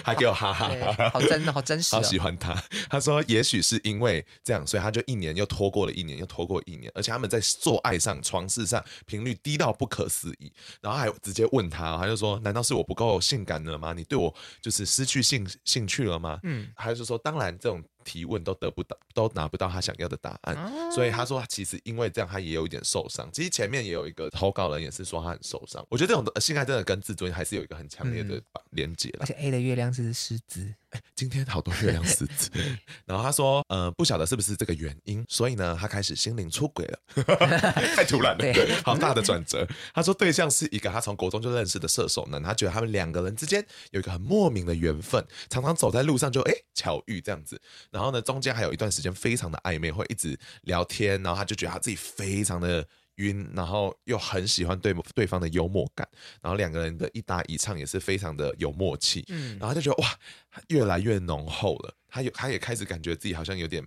Speaker 3: 还给我哈哈哈
Speaker 2: 对，好真的好真实、
Speaker 3: 好
Speaker 2: 哦。
Speaker 3: 喜欢他。 他说，也许是因为这样，所以他就一年又拖过了一年，又拖过一年，而且他们在做爱上、床事上频率低到不可思议。然后还直接问他，他就说：“难道是我不够性感了吗？你对我就是失去兴兴趣了吗？”
Speaker 2: 嗯，
Speaker 3: 他就说：“当然，这种提问都得不到，都拿不到他想要的答案。
Speaker 2: 啊哦
Speaker 3: 所以他说，其实因为这样，他也有一点受伤。其实前面也有一个投稿人也是说他很受伤。我觉得这种呃性爱真的跟自尊还是有一个很强烈的
Speaker 2: 嗯
Speaker 3: 连接啦
Speaker 2: 而。且 A 的月亮是狮子，
Speaker 3: 今天好多月亮狮子。然后他说，呃，不晓得是不是这个原因，所以呢，他开始心灵出轨了，太突然了
Speaker 2: 对，
Speaker 3: 好大的转折。他说对象是一个他从国中就认识的射手男，他觉得他们两个人之间有一个很莫名的缘分，常常走在路上就哎巧遇这样子。然后呢，中间还有一段时间非常的暧昧，会一直聊天，然后他就觉得他自己非常的。晕，然后又很喜欢对对方的幽默感，然后两个人的一搭一唱也是非常的有默契，
Speaker 2: 嗯，
Speaker 3: 然后他就觉得哇，越来越浓厚了。他有，他也开始感觉自己好像有点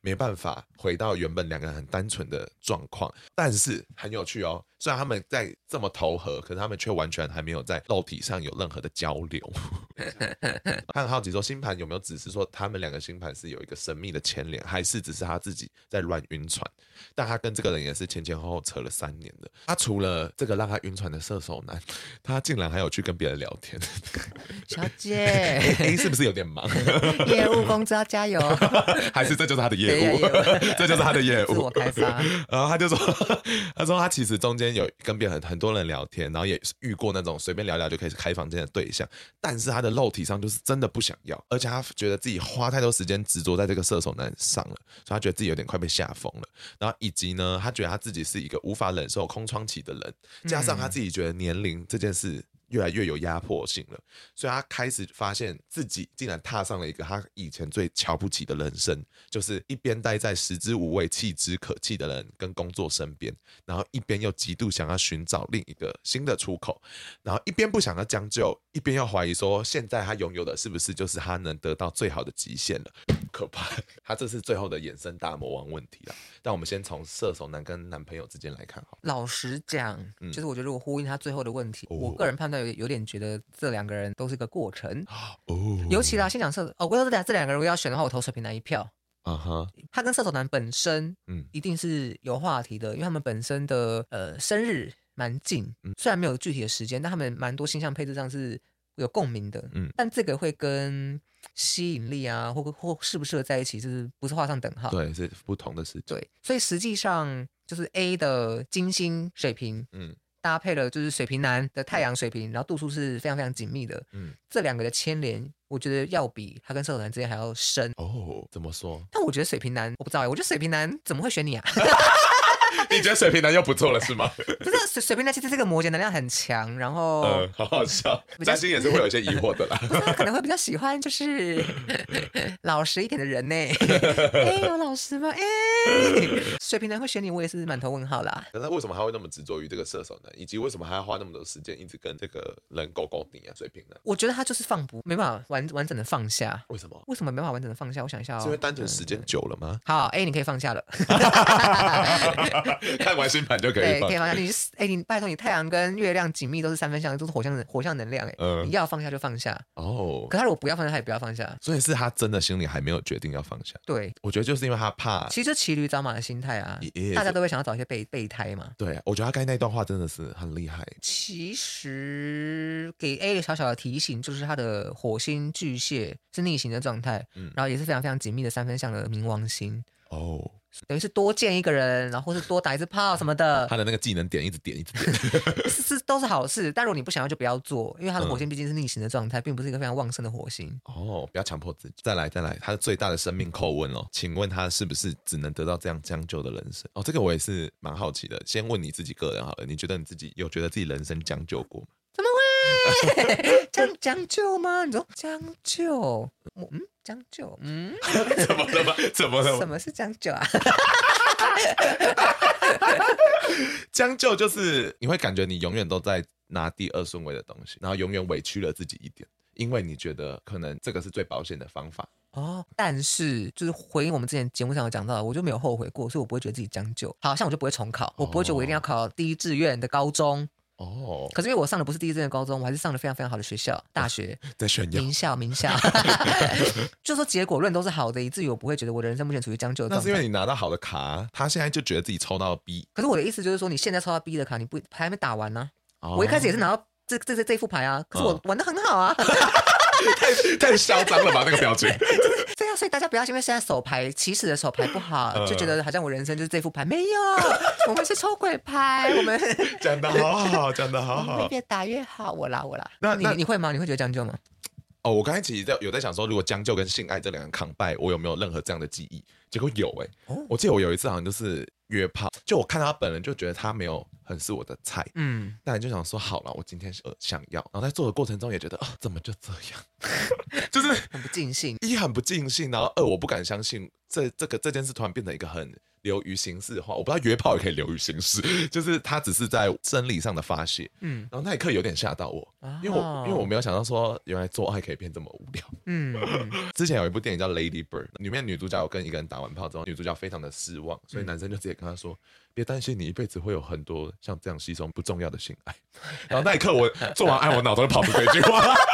Speaker 3: 没办法回到原本两个人很单纯的状况。但是很有趣哦，虽然他们在这么投合，可是他们却完全还没有在肉体上有任何的交流。他很好奇说，星盘有没有只是说他们两个星盘是有一个神秘的牵连，还是只是他自己在乱晕船？但他跟这个人也是前前后后扯了三年的。他除了这个让他晕船的射手男，他竟然还有去跟别人聊天。，
Speaker 2: 小姐
Speaker 3: A 是不是有点忙？
Speaker 2: 业务工资要加油，
Speaker 3: 还是这就是他的业 务
Speaker 2: 对业务？
Speaker 3: 这就是他的业务。
Speaker 2: 自我开发。
Speaker 3: 然后他就说，他说他其实中间有跟别人很很多人聊天，然后也是遇过那种随便聊聊就可以开房间的对象，但是他的肉体上就是真的不想要，而且他觉得自己花太多时间执着在这个射手男上了，所以他觉得自己有点快被吓疯了。然后以及呢，他觉得他自己是一个无法忍受空窗期的人，加上他自己觉得年龄这件事。越来越有压迫性了，所以他开始发现自己竟然踏上了一个他以前最瞧不起的人生，就是一边待在食之无味、弃之可弃的人跟工作身边，然后一边又极度想要寻找另一个新的出口，然后一边不想要将就，一边又怀疑说现在他拥有的是不是就是他能得到最好的极限了？可怕！他这是最后的衍生大魔王问题了。但我们先从射手男跟男朋友之间来看好了，
Speaker 2: 老实讲，
Speaker 3: 嗯
Speaker 2: 就是我觉得如果呼应他最后的问题，
Speaker 3: 哦
Speaker 2: 我个人判断有有点觉得这两个人都是个过程。
Speaker 3: 哦，
Speaker 2: 尤其啦，先讲射哦，我要是这这两个人如果要选的话，我投水瓶男一票。
Speaker 3: 啊哈，
Speaker 2: 他跟射手男本身，
Speaker 3: 嗯
Speaker 2: 嗯，一定是有话题的，因为他们本身的呃生日蛮近，
Speaker 3: 嗯
Speaker 2: 虽然没有具体的时间，但他们蛮多星象配置上是有共鸣的，
Speaker 3: 嗯
Speaker 2: 嗯，但这个会跟吸引力啊，或或适不适合在一起，就是不是画上等号，
Speaker 3: 对，是不同的事情。
Speaker 2: 对，所以实际上就是 A 的金星水平
Speaker 3: 嗯
Speaker 2: 搭配了就是水瓶男的太阳水平，然后度数是非常非常紧密的，
Speaker 3: 嗯，
Speaker 2: 这两个的牵连，我觉得要比他跟射手男之间还要深。？
Speaker 3: 哦，怎么说
Speaker 2: 但我觉得水瓶男，我不知道哎、我觉得水瓶男怎么会选你啊？
Speaker 3: 你觉得水瓶男又不错了是 吗？
Speaker 2: 不是水水瓶男其实这个摩羯能量很强，然 后、
Speaker 3: 嗯，好好笑。
Speaker 2: 比较
Speaker 3: 占星也是会有一些疑惑的啦。
Speaker 2: 不是他可能会比较喜欢就是 老实一点的人 呢、哎、有老实吗？哎、水瓶男会选你，我也是满头问号啦。
Speaker 3: 可是为什么 他会那么执着于这个射手男，以及为什么他要花那么多时间一直跟这个人狗狗你啊水瓶男？
Speaker 2: 我觉得他就是放不没办法完完整的放下。
Speaker 3: 为什么？
Speaker 2: 为什么没办法完整的放下？我想一下哦，
Speaker 3: 是因为单纯时间久了吗？
Speaker 2: 好，哎、你可以放下了，
Speaker 3: 看完星盘就可以
Speaker 2: 对，
Speaker 3: 放
Speaker 2: 可以。放下。你是哎、你拜托你太阳跟月亮紧密都是三分相，都是火象的火象能量、哎、
Speaker 3: 嗯
Speaker 2: 你要放下就放下。
Speaker 3: 哦，
Speaker 2: 可他如果不要放下，他也不要放下。
Speaker 3: 所以是他真的心里还没有决定要放下。
Speaker 2: 对，
Speaker 3: 我觉得就是因为他怕。
Speaker 2: 其实就骑驴找马的心态啊
Speaker 3: 啊也也是，
Speaker 2: 大家都会想要找一些备备胎嘛。
Speaker 3: 对，我觉得他刚才那段话真的是很厉害。
Speaker 2: 其实给 A 一个小小的提醒，就是他的火星巨蟹是逆行的状态，
Speaker 3: 嗯
Speaker 2: 然后也是非常非常紧密的三分相的冥王星，
Speaker 3: 哦，
Speaker 2: 等于是多见一个人，然后或是多打一次炮什么 的
Speaker 3: 他，的那个技能点一直点一直点。
Speaker 2: 是是都是好事。但如果你不想要，就不要做，因为他的火
Speaker 3: 嗯
Speaker 2: 星毕竟是逆行的状态，并不是一个非常旺盛的火星。
Speaker 3: 哦，不要强迫自己。再来再来，他的最大的生命叩问哦，请问他是不是只能得到这样将就的人生？哦，这个我也是蛮好奇的。先问你自己个人好了，你觉得你自己有觉得自己人生将就过吗？
Speaker 2: 将将就吗？你说将就？我嗯，将就？ 嗯，
Speaker 3: 怎么了吗？怎么了
Speaker 2: 什
Speaker 3: 吗？
Speaker 2: 么是将就啊？
Speaker 3: 将就就是你会感觉你永远都在拿第二顺位的东西，然后永远委屈了自己一点，因为你觉得可能这个是最保险的方法。
Speaker 2: 哦，但是就是回应我们之前节目上有讲到的，我就没有后悔过，所以我不会觉得自己将就。好像我就不会重考，我不会觉得我一定要考第一志愿的高中。
Speaker 3: 哦，
Speaker 2: 可是因为我上的不是第一志愿的高中，我还是上了非常非常好的学校，大学、
Speaker 3: 在啊炫耀。
Speaker 2: 名校、名 校。就说结果论都是好的，以至于我不会觉得我的人生目前处于将就的
Speaker 3: 那
Speaker 2: 状
Speaker 3: 是因为
Speaker 2: 态。
Speaker 3: 你拿到好的卡，他现在就觉得自己抽到 B。
Speaker 2: 可是我的意思就是说，你现在抽到 B 的卡，你不还没打完呢、
Speaker 3: 哦
Speaker 2: 我一开始也是拿到这这这这副牌啊，可是我
Speaker 3: 嗯
Speaker 2: 玩的很好啊。
Speaker 3: 太 太嚣张了吧，那个表情。
Speaker 2: 对啊，所以大家不要因为现在手牌起始的手牌不
Speaker 3: 嗯
Speaker 2: 好，就觉得好像我人生就是这副牌，没 有，我们是抽鬼牌，我们
Speaker 3: 讲的好好，讲的好
Speaker 2: 我们
Speaker 3: 好。
Speaker 2: 越打越好，我啦我啦。
Speaker 3: 哦那
Speaker 2: 你
Speaker 3: 那
Speaker 2: 你会吗？你会觉得将就吗？
Speaker 3: 哦，我刚才其实在有在想说，如果将就跟性爱这两个抗拜，我有没有任何这样的记忆？结果有哎、
Speaker 2: 哦
Speaker 3: 我记得我有一次好像就是约炮，就我看到他本人就觉得他没有很是我的菜，
Speaker 2: 嗯，
Speaker 3: 但就想说好了，我今天是呃想要，然后在做的过程中也觉得啊、怎么就这样？ 就是
Speaker 2: 很不尽兴。
Speaker 3: 一很不尽兴，然后二我不敢相信这这个这件事突然变成一个很流于形式化，我不知道约炮也可以流于形式， 就是他只是在生理上的发泄，
Speaker 2: 嗯
Speaker 3: 然后那一刻有点吓到我，因为我、
Speaker 2: 哦
Speaker 3: 因为我没有想到说原来做爱可以变这么无聊。
Speaker 2: 嗯，嗯
Speaker 3: 之前有一部电影叫《Lady Bird》，里面女主角有跟一个人打完炮之后，女主角非常的失望，所以男生就直接跟她说：“别担心，你一辈子会有很多像这样稀松不重要的性爱。”然后那一刻我做完爱，我脑中跑出这句话，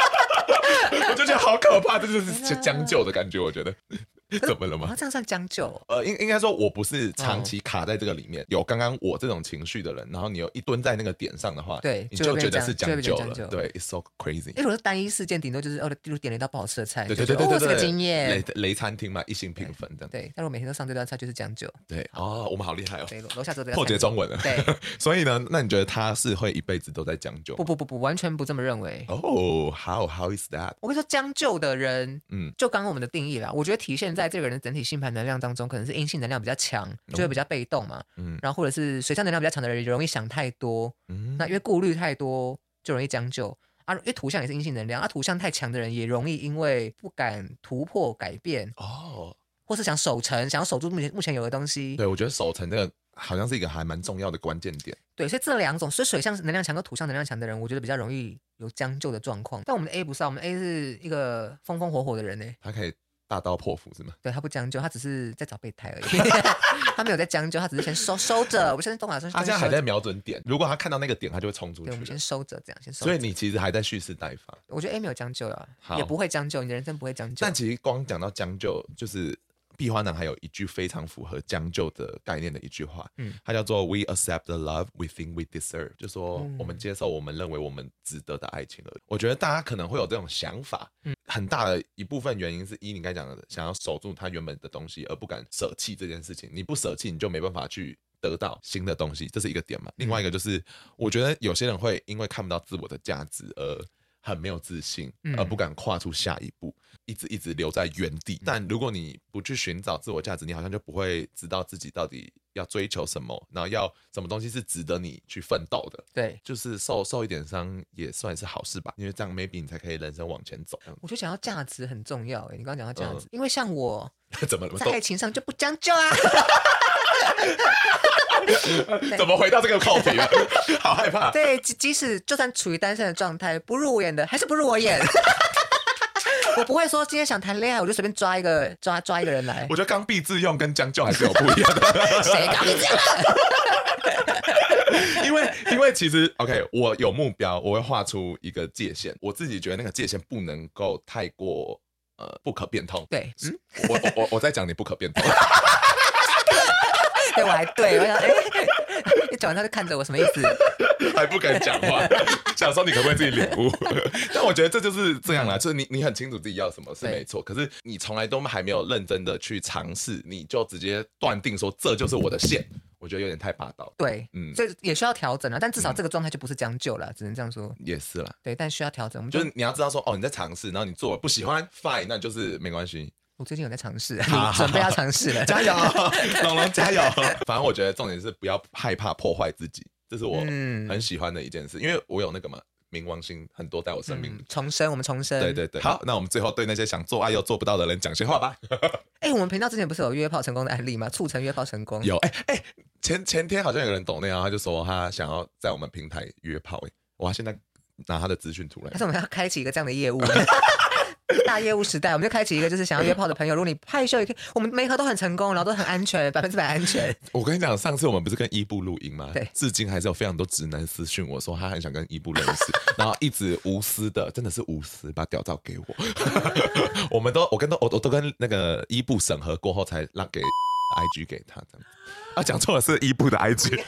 Speaker 3: 我就觉得好可怕，这就是将就的感觉。我觉得 怎么了
Speaker 2: 啊
Speaker 3: 吗？
Speaker 2: 这样算将就？
Speaker 3: 呃，应应该说，我
Speaker 2: 嗯
Speaker 3: 不是长期卡在这个里面。有刚刚我这种情绪的人，然后你又一蹲在那个点上的话，
Speaker 2: 对
Speaker 3: 你
Speaker 2: 就
Speaker 3: 就
Speaker 2: 会
Speaker 3: 觉
Speaker 2: 变
Speaker 3: 得
Speaker 2: 这样
Speaker 3: 是
Speaker 2: 就会变
Speaker 3: 将就
Speaker 2: 将
Speaker 3: 了。
Speaker 2: 就
Speaker 3: 对，it's so crazy
Speaker 2: 因为。如果是单一事件，顶多就是哦，例如点了一道不好吃的菜，
Speaker 3: 对
Speaker 2: 就
Speaker 3: 对
Speaker 2: 觉得
Speaker 3: 对对对
Speaker 2: 哦，这
Speaker 3: 对，
Speaker 2: 个经验。
Speaker 3: 雷雷餐厅嘛，一星评分这样。
Speaker 2: 对，但我每天都上这道菜就是将就。
Speaker 3: 对哦，我们好厉害哦，
Speaker 2: 对，楼楼下做这道
Speaker 3: 破
Speaker 2: 菜
Speaker 3: 解中文了。
Speaker 2: 对，
Speaker 3: 所以呢，那你觉得他是会一辈子都在将就
Speaker 2: 不
Speaker 3: 吗？
Speaker 2: 不不不，完全不这么认为。
Speaker 3: 哦、h o w how is that？
Speaker 2: 我跟你说，将就的人，
Speaker 3: 嗯
Speaker 2: 嗯，就刚刚我们的定义啦，我觉得体现在这个人的整体星盘能量当中，可能是阴性能量比较强，就会比较被动嘛，
Speaker 3: 嗯
Speaker 2: 嗯，然后或者是水象能量比较强的人容易想太多，
Speaker 3: 嗯，
Speaker 2: 那因为顾虑太多就容易将就啊，因为图像也是阴性能量啊，图像太强的人也容易因为不敢突破改变，
Speaker 3: 哦，
Speaker 2: 或是想守成，想要守住目前目前有的东西，
Speaker 3: 对，我觉得守成这个好像是一个还蛮重要的关键点。
Speaker 2: 对，所以这两种，所以水象能量强跟土象能量强的人，我觉得比较容易有将就的状况，但我们的 A 不是啊，我们 A 是一个风风火火的人呢、
Speaker 3: 他可以大刀破斧是吗？
Speaker 2: 对他不将就，他只是在找备胎而已。他没有在将就，他只是先收收着。我们现在东马说，
Speaker 3: 他现在还在瞄准点，如果他看到那个点，他就会冲出
Speaker 2: 对，我们
Speaker 3: 去
Speaker 2: 先
Speaker 3: 了。
Speaker 2: 收着，这样先收着。
Speaker 3: 啊所以你其实还在蓄势待发。
Speaker 2: 我觉得 A 没有将就啊，
Speaker 3: 好
Speaker 2: 也不会将就，你的人生不会将就
Speaker 3: 但。其实光讲到将就，就是壁花男还有一句非常符合将就的概念的一句话，
Speaker 2: 嗯
Speaker 3: 嗯，它叫做 “We accept the love we think we deserve”，就说
Speaker 2: 嗯
Speaker 3: 我们接受我们认为我们值得的爱情而已。我觉得大家可能会有这种想法，
Speaker 2: 嗯
Speaker 3: 很大的一部分原因是一你刚才讲的，想要守住他原本的东西而不敢舍弃这件事情，你不舍弃你就没办法去。得到新的东西，这是一个点嘛？另外一个就是，我觉得有些人会因为看不到自我的价值而很没有自信，
Speaker 2: 嗯
Speaker 3: 而不敢跨出下一步。一直一直留在原地。但如果你不去寻找自我价值，你好像就不会知道自己到底要追求什么，然后要什么东西是值得你去奋斗的。
Speaker 2: 对，
Speaker 3: 就是受受一点伤也算是好事吧，因为这样 maybe 你才可以人生往前走。
Speaker 2: 我就讲到价值很重要、欸。你刚刚讲到价值，因为像我
Speaker 3: 怎么了
Speaker 2: 在
Speaker 3: 嗯都
Speaker 2: 爱情上就不将就啊。
Speaker 3: 怎么回到这个扣题了？ 好害怕。
Speaker 2: 对，即即使就算处于单身的状态，不入我眼的还是不入我眼。 我不会说今天想谈恋爱，我就随便抓一个抓抓一个人来
Speaker 3: 我。觉得刚愎自用跟将就还是有不一样 的，
Speaker 2: 谁搞你这样？
Speaker 3: 因为因为其实 OK，我有目标，我会画出一个界限，我自己觉得那个界限不能够太过呃不可变通。
Speaker 2: 对，嗯，
Speaker 3: 我我我我在讲你不可变通。
Speaker 2: 对我还对，我想，哎、 你讲完他就看着我，什么意思？
Speaker 3: 还不敢讲 话，想说你可不可以自己领悟？ 但我觉得这就是这样啦，就是你你很清楚自己要什么是
Speaker 2: 嗯对
Speaker 3: 没错，可是你从来都还没有认真的去尝试，你就直接断定说这就是我的线，我觉得有点太霸道了。
Speaker 2: 对，
Speaker 3: 嗯
Speaker 2: 所以也需要调整啊，但至少这个状态就不是将就了，只能这样说。
Speaker 3: 也是啦，
Speaker 2: 对，但需要调整。我们就
Speaker 3: 就是你要知道说哦你在尝试，然后你做了不喜欢，fine，那就是没关系，
Speaker 2: 我最近有在尝试，
Speaker 3: 好
Speaker 2: 准备要尝试了。
Speaker 3: 加油，龙龙 加油。反正我觉得重点是不要害怕破坏自己，这是我
Speaker 2: 嗯
Speaker 3: 很喜欢的一件事，因为我有那个嘛冥王星很多在我生命里
Speaker 2: 嗯，重生，我们重生。
Speaker 3: 对对对，好，那我们最后对那些想做爱又做不到的人讲些话吧。
Speaker 2: 哎、我们频道之前不是有约炮成功的案例吗？促成约炮成功。
Speaker 3: 有，哎、哎、前前天好像有个人懂那样，他就说他想要在我们平台约炮、哎，我现在拿他的资讯出来
Speaker 2: 但，是我们要开启一个这样的业 务，大业务时代，我们就开启一个就是想要约炮的朋友，如果你害羞也可以，我们每一盒都很成功，然后都很安全，百分之百安全。
Speaker 3: 我跟你讲，上次我们不是跟伊布录音吗？
Speaker 2: 对
Speaker 3: 至今还是有非常多直男私讯我说他很想跟伊布认识，然后一直无私的，真的是无私，把屌照给我。 我们都，我跟都，我我都跟那个伊布审核过后才让给 IG 给他这样子。啊，讲错了，是伊布的 IG，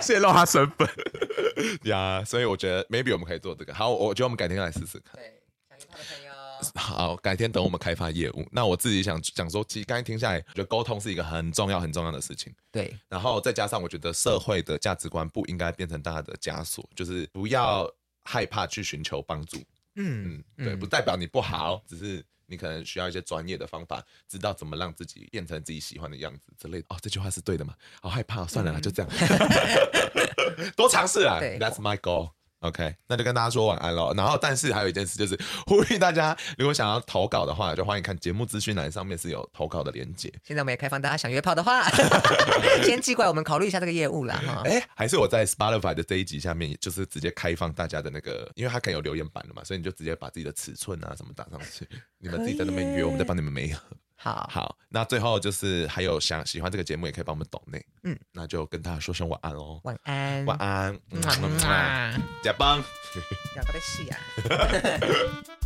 Speaker 3: 泄露他身份 呀。所以我觉得 maybe 我们可以做这个。好，我我觉得我们改天来试试看。
Speaker 2: 对，想约炮的朋友，
Speaker 3: 好，改天等我们开发业务。那我自己想想说，其实刚才听下来，我觉得沟通是一个很重要、很重要的事情。
Speaker 2: 对，
Speaker 3: 然后再加上，我觉得社会的价值观不应该变成大家的枷锁，就是不要害怕去寻求帮助。
Speaker 2: 嗯
Speaker 3: 嗯，对，
Speaker 2: 嗯
Speaker 3: 不代表你不好，只是你可能需要一些专业的方法，知道怎么让自己变成自己喜欢的样子之类的。哦，这句话是对的吗？好害怕哦、算了啦，就这样， 多尝试啦。
Speaker 2: 嗯对
Speaker 3: That's my goal。OK，那就跟大家说晚安喽。然后，但是还有一件事就是呼吁大家，如果想要投稿的话，就欢迎看节目资讯栏上面是有投稿的链接。
Speaker 2: 现在我们也开放大家想约炮的话， 先寄过来，我们考虑一下这个业务啦哈。
Speaker 3: 哎、还是我在 Spotify 的这一集下面，就是直接开放大家的那个，因为它可以有留言板了嘛，所以你就直接把自己的尺寸啊什么打上 去，你们自己在那边
Speaker 2: 可以耶
Speaker 3: 约，我们再帮你们媒合。
Speaker 2: 好，
Speaker 3: 好，那最后就是还有想喜欢这个节目，也可以帮我们抖内。
Speaker 2: 嗯
Speaker 3: 嗯，那就跟大家说声晚安喽，
Speaker 2: 晚安，
Speaker 3: 晚，安，
Speaker 2: 嗯
Speaker 3: 嗯，加班。
Speaker 2: ya. 要搞被戏啊。